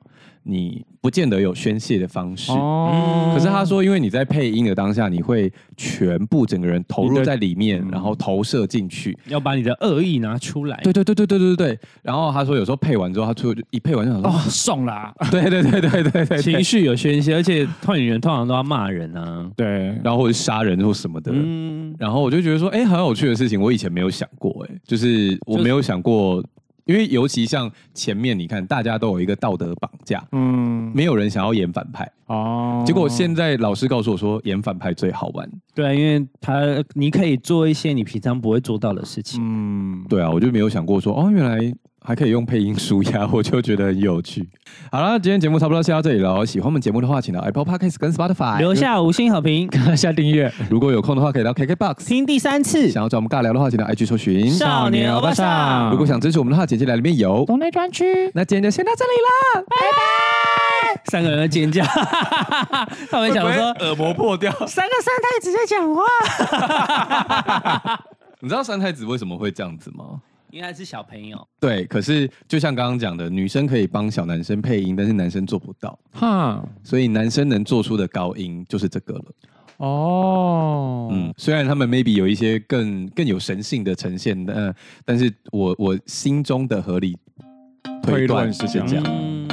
你不见得有宣泄的方式。
哦
可是他说，因为你在配音的当下，你会全部整个人投
你
入
的
在里面，然后投射进去。
要把你的恶意拿出来。
对对对对对对对。然后他说，有时候配完之后，他出一配完就想说，
哦，送啦，
(laughs) 对对对对对对对
情。绪有宣泄，而且换演员通常都要骂人啊。
对，
然后或者是杀人或什么的，
嗯，
然后我就觉得说，哎、很有趣的事情，我以前没有想过、哎，就是我没有想过，因为尤其像前面你看，大家都有一个道德绑架，
嗯，
没有人想要演反派。
哦，
结果现在老师告诉我说，演反派最好玩。
对啊，因为他你可以做一些你平常不会做到的事情。
嗯，
对啊，我就没有想过说，哦，原来还可以用配音舒压，我就觉得很有趣。好了，今天节目差不多先到这里了。喜欢我们节目的话，请到 Apple Podcast 跟 Spotify
留。下五星好评，
下订阅，
如果有空的话，可以到 KKBox。
听第三次。
想要找我们尬聊的话，请到 IG 搜寻。
少年欧巴桑
如果想支持我们的话，简介栏里面有。
东内专区，
那今天就先到这里啦，
三个人在尖叫，他们想说
耳膜破掉。
三个三太子在讲话。
你知道三太子为什么会这样子吗？
应该是小朋友，
对，可是就像刚刚讲的，女生可以帮小男生配音，但是男生做不到，
哈，
所以男生能做出的高音就是这个了。
哦，
嗯，虽然他们 maybe 有一些更更有神性的呈现，呃，但是我我心中的合理推
推
断
论
是
是
这
这
样
样。
嗯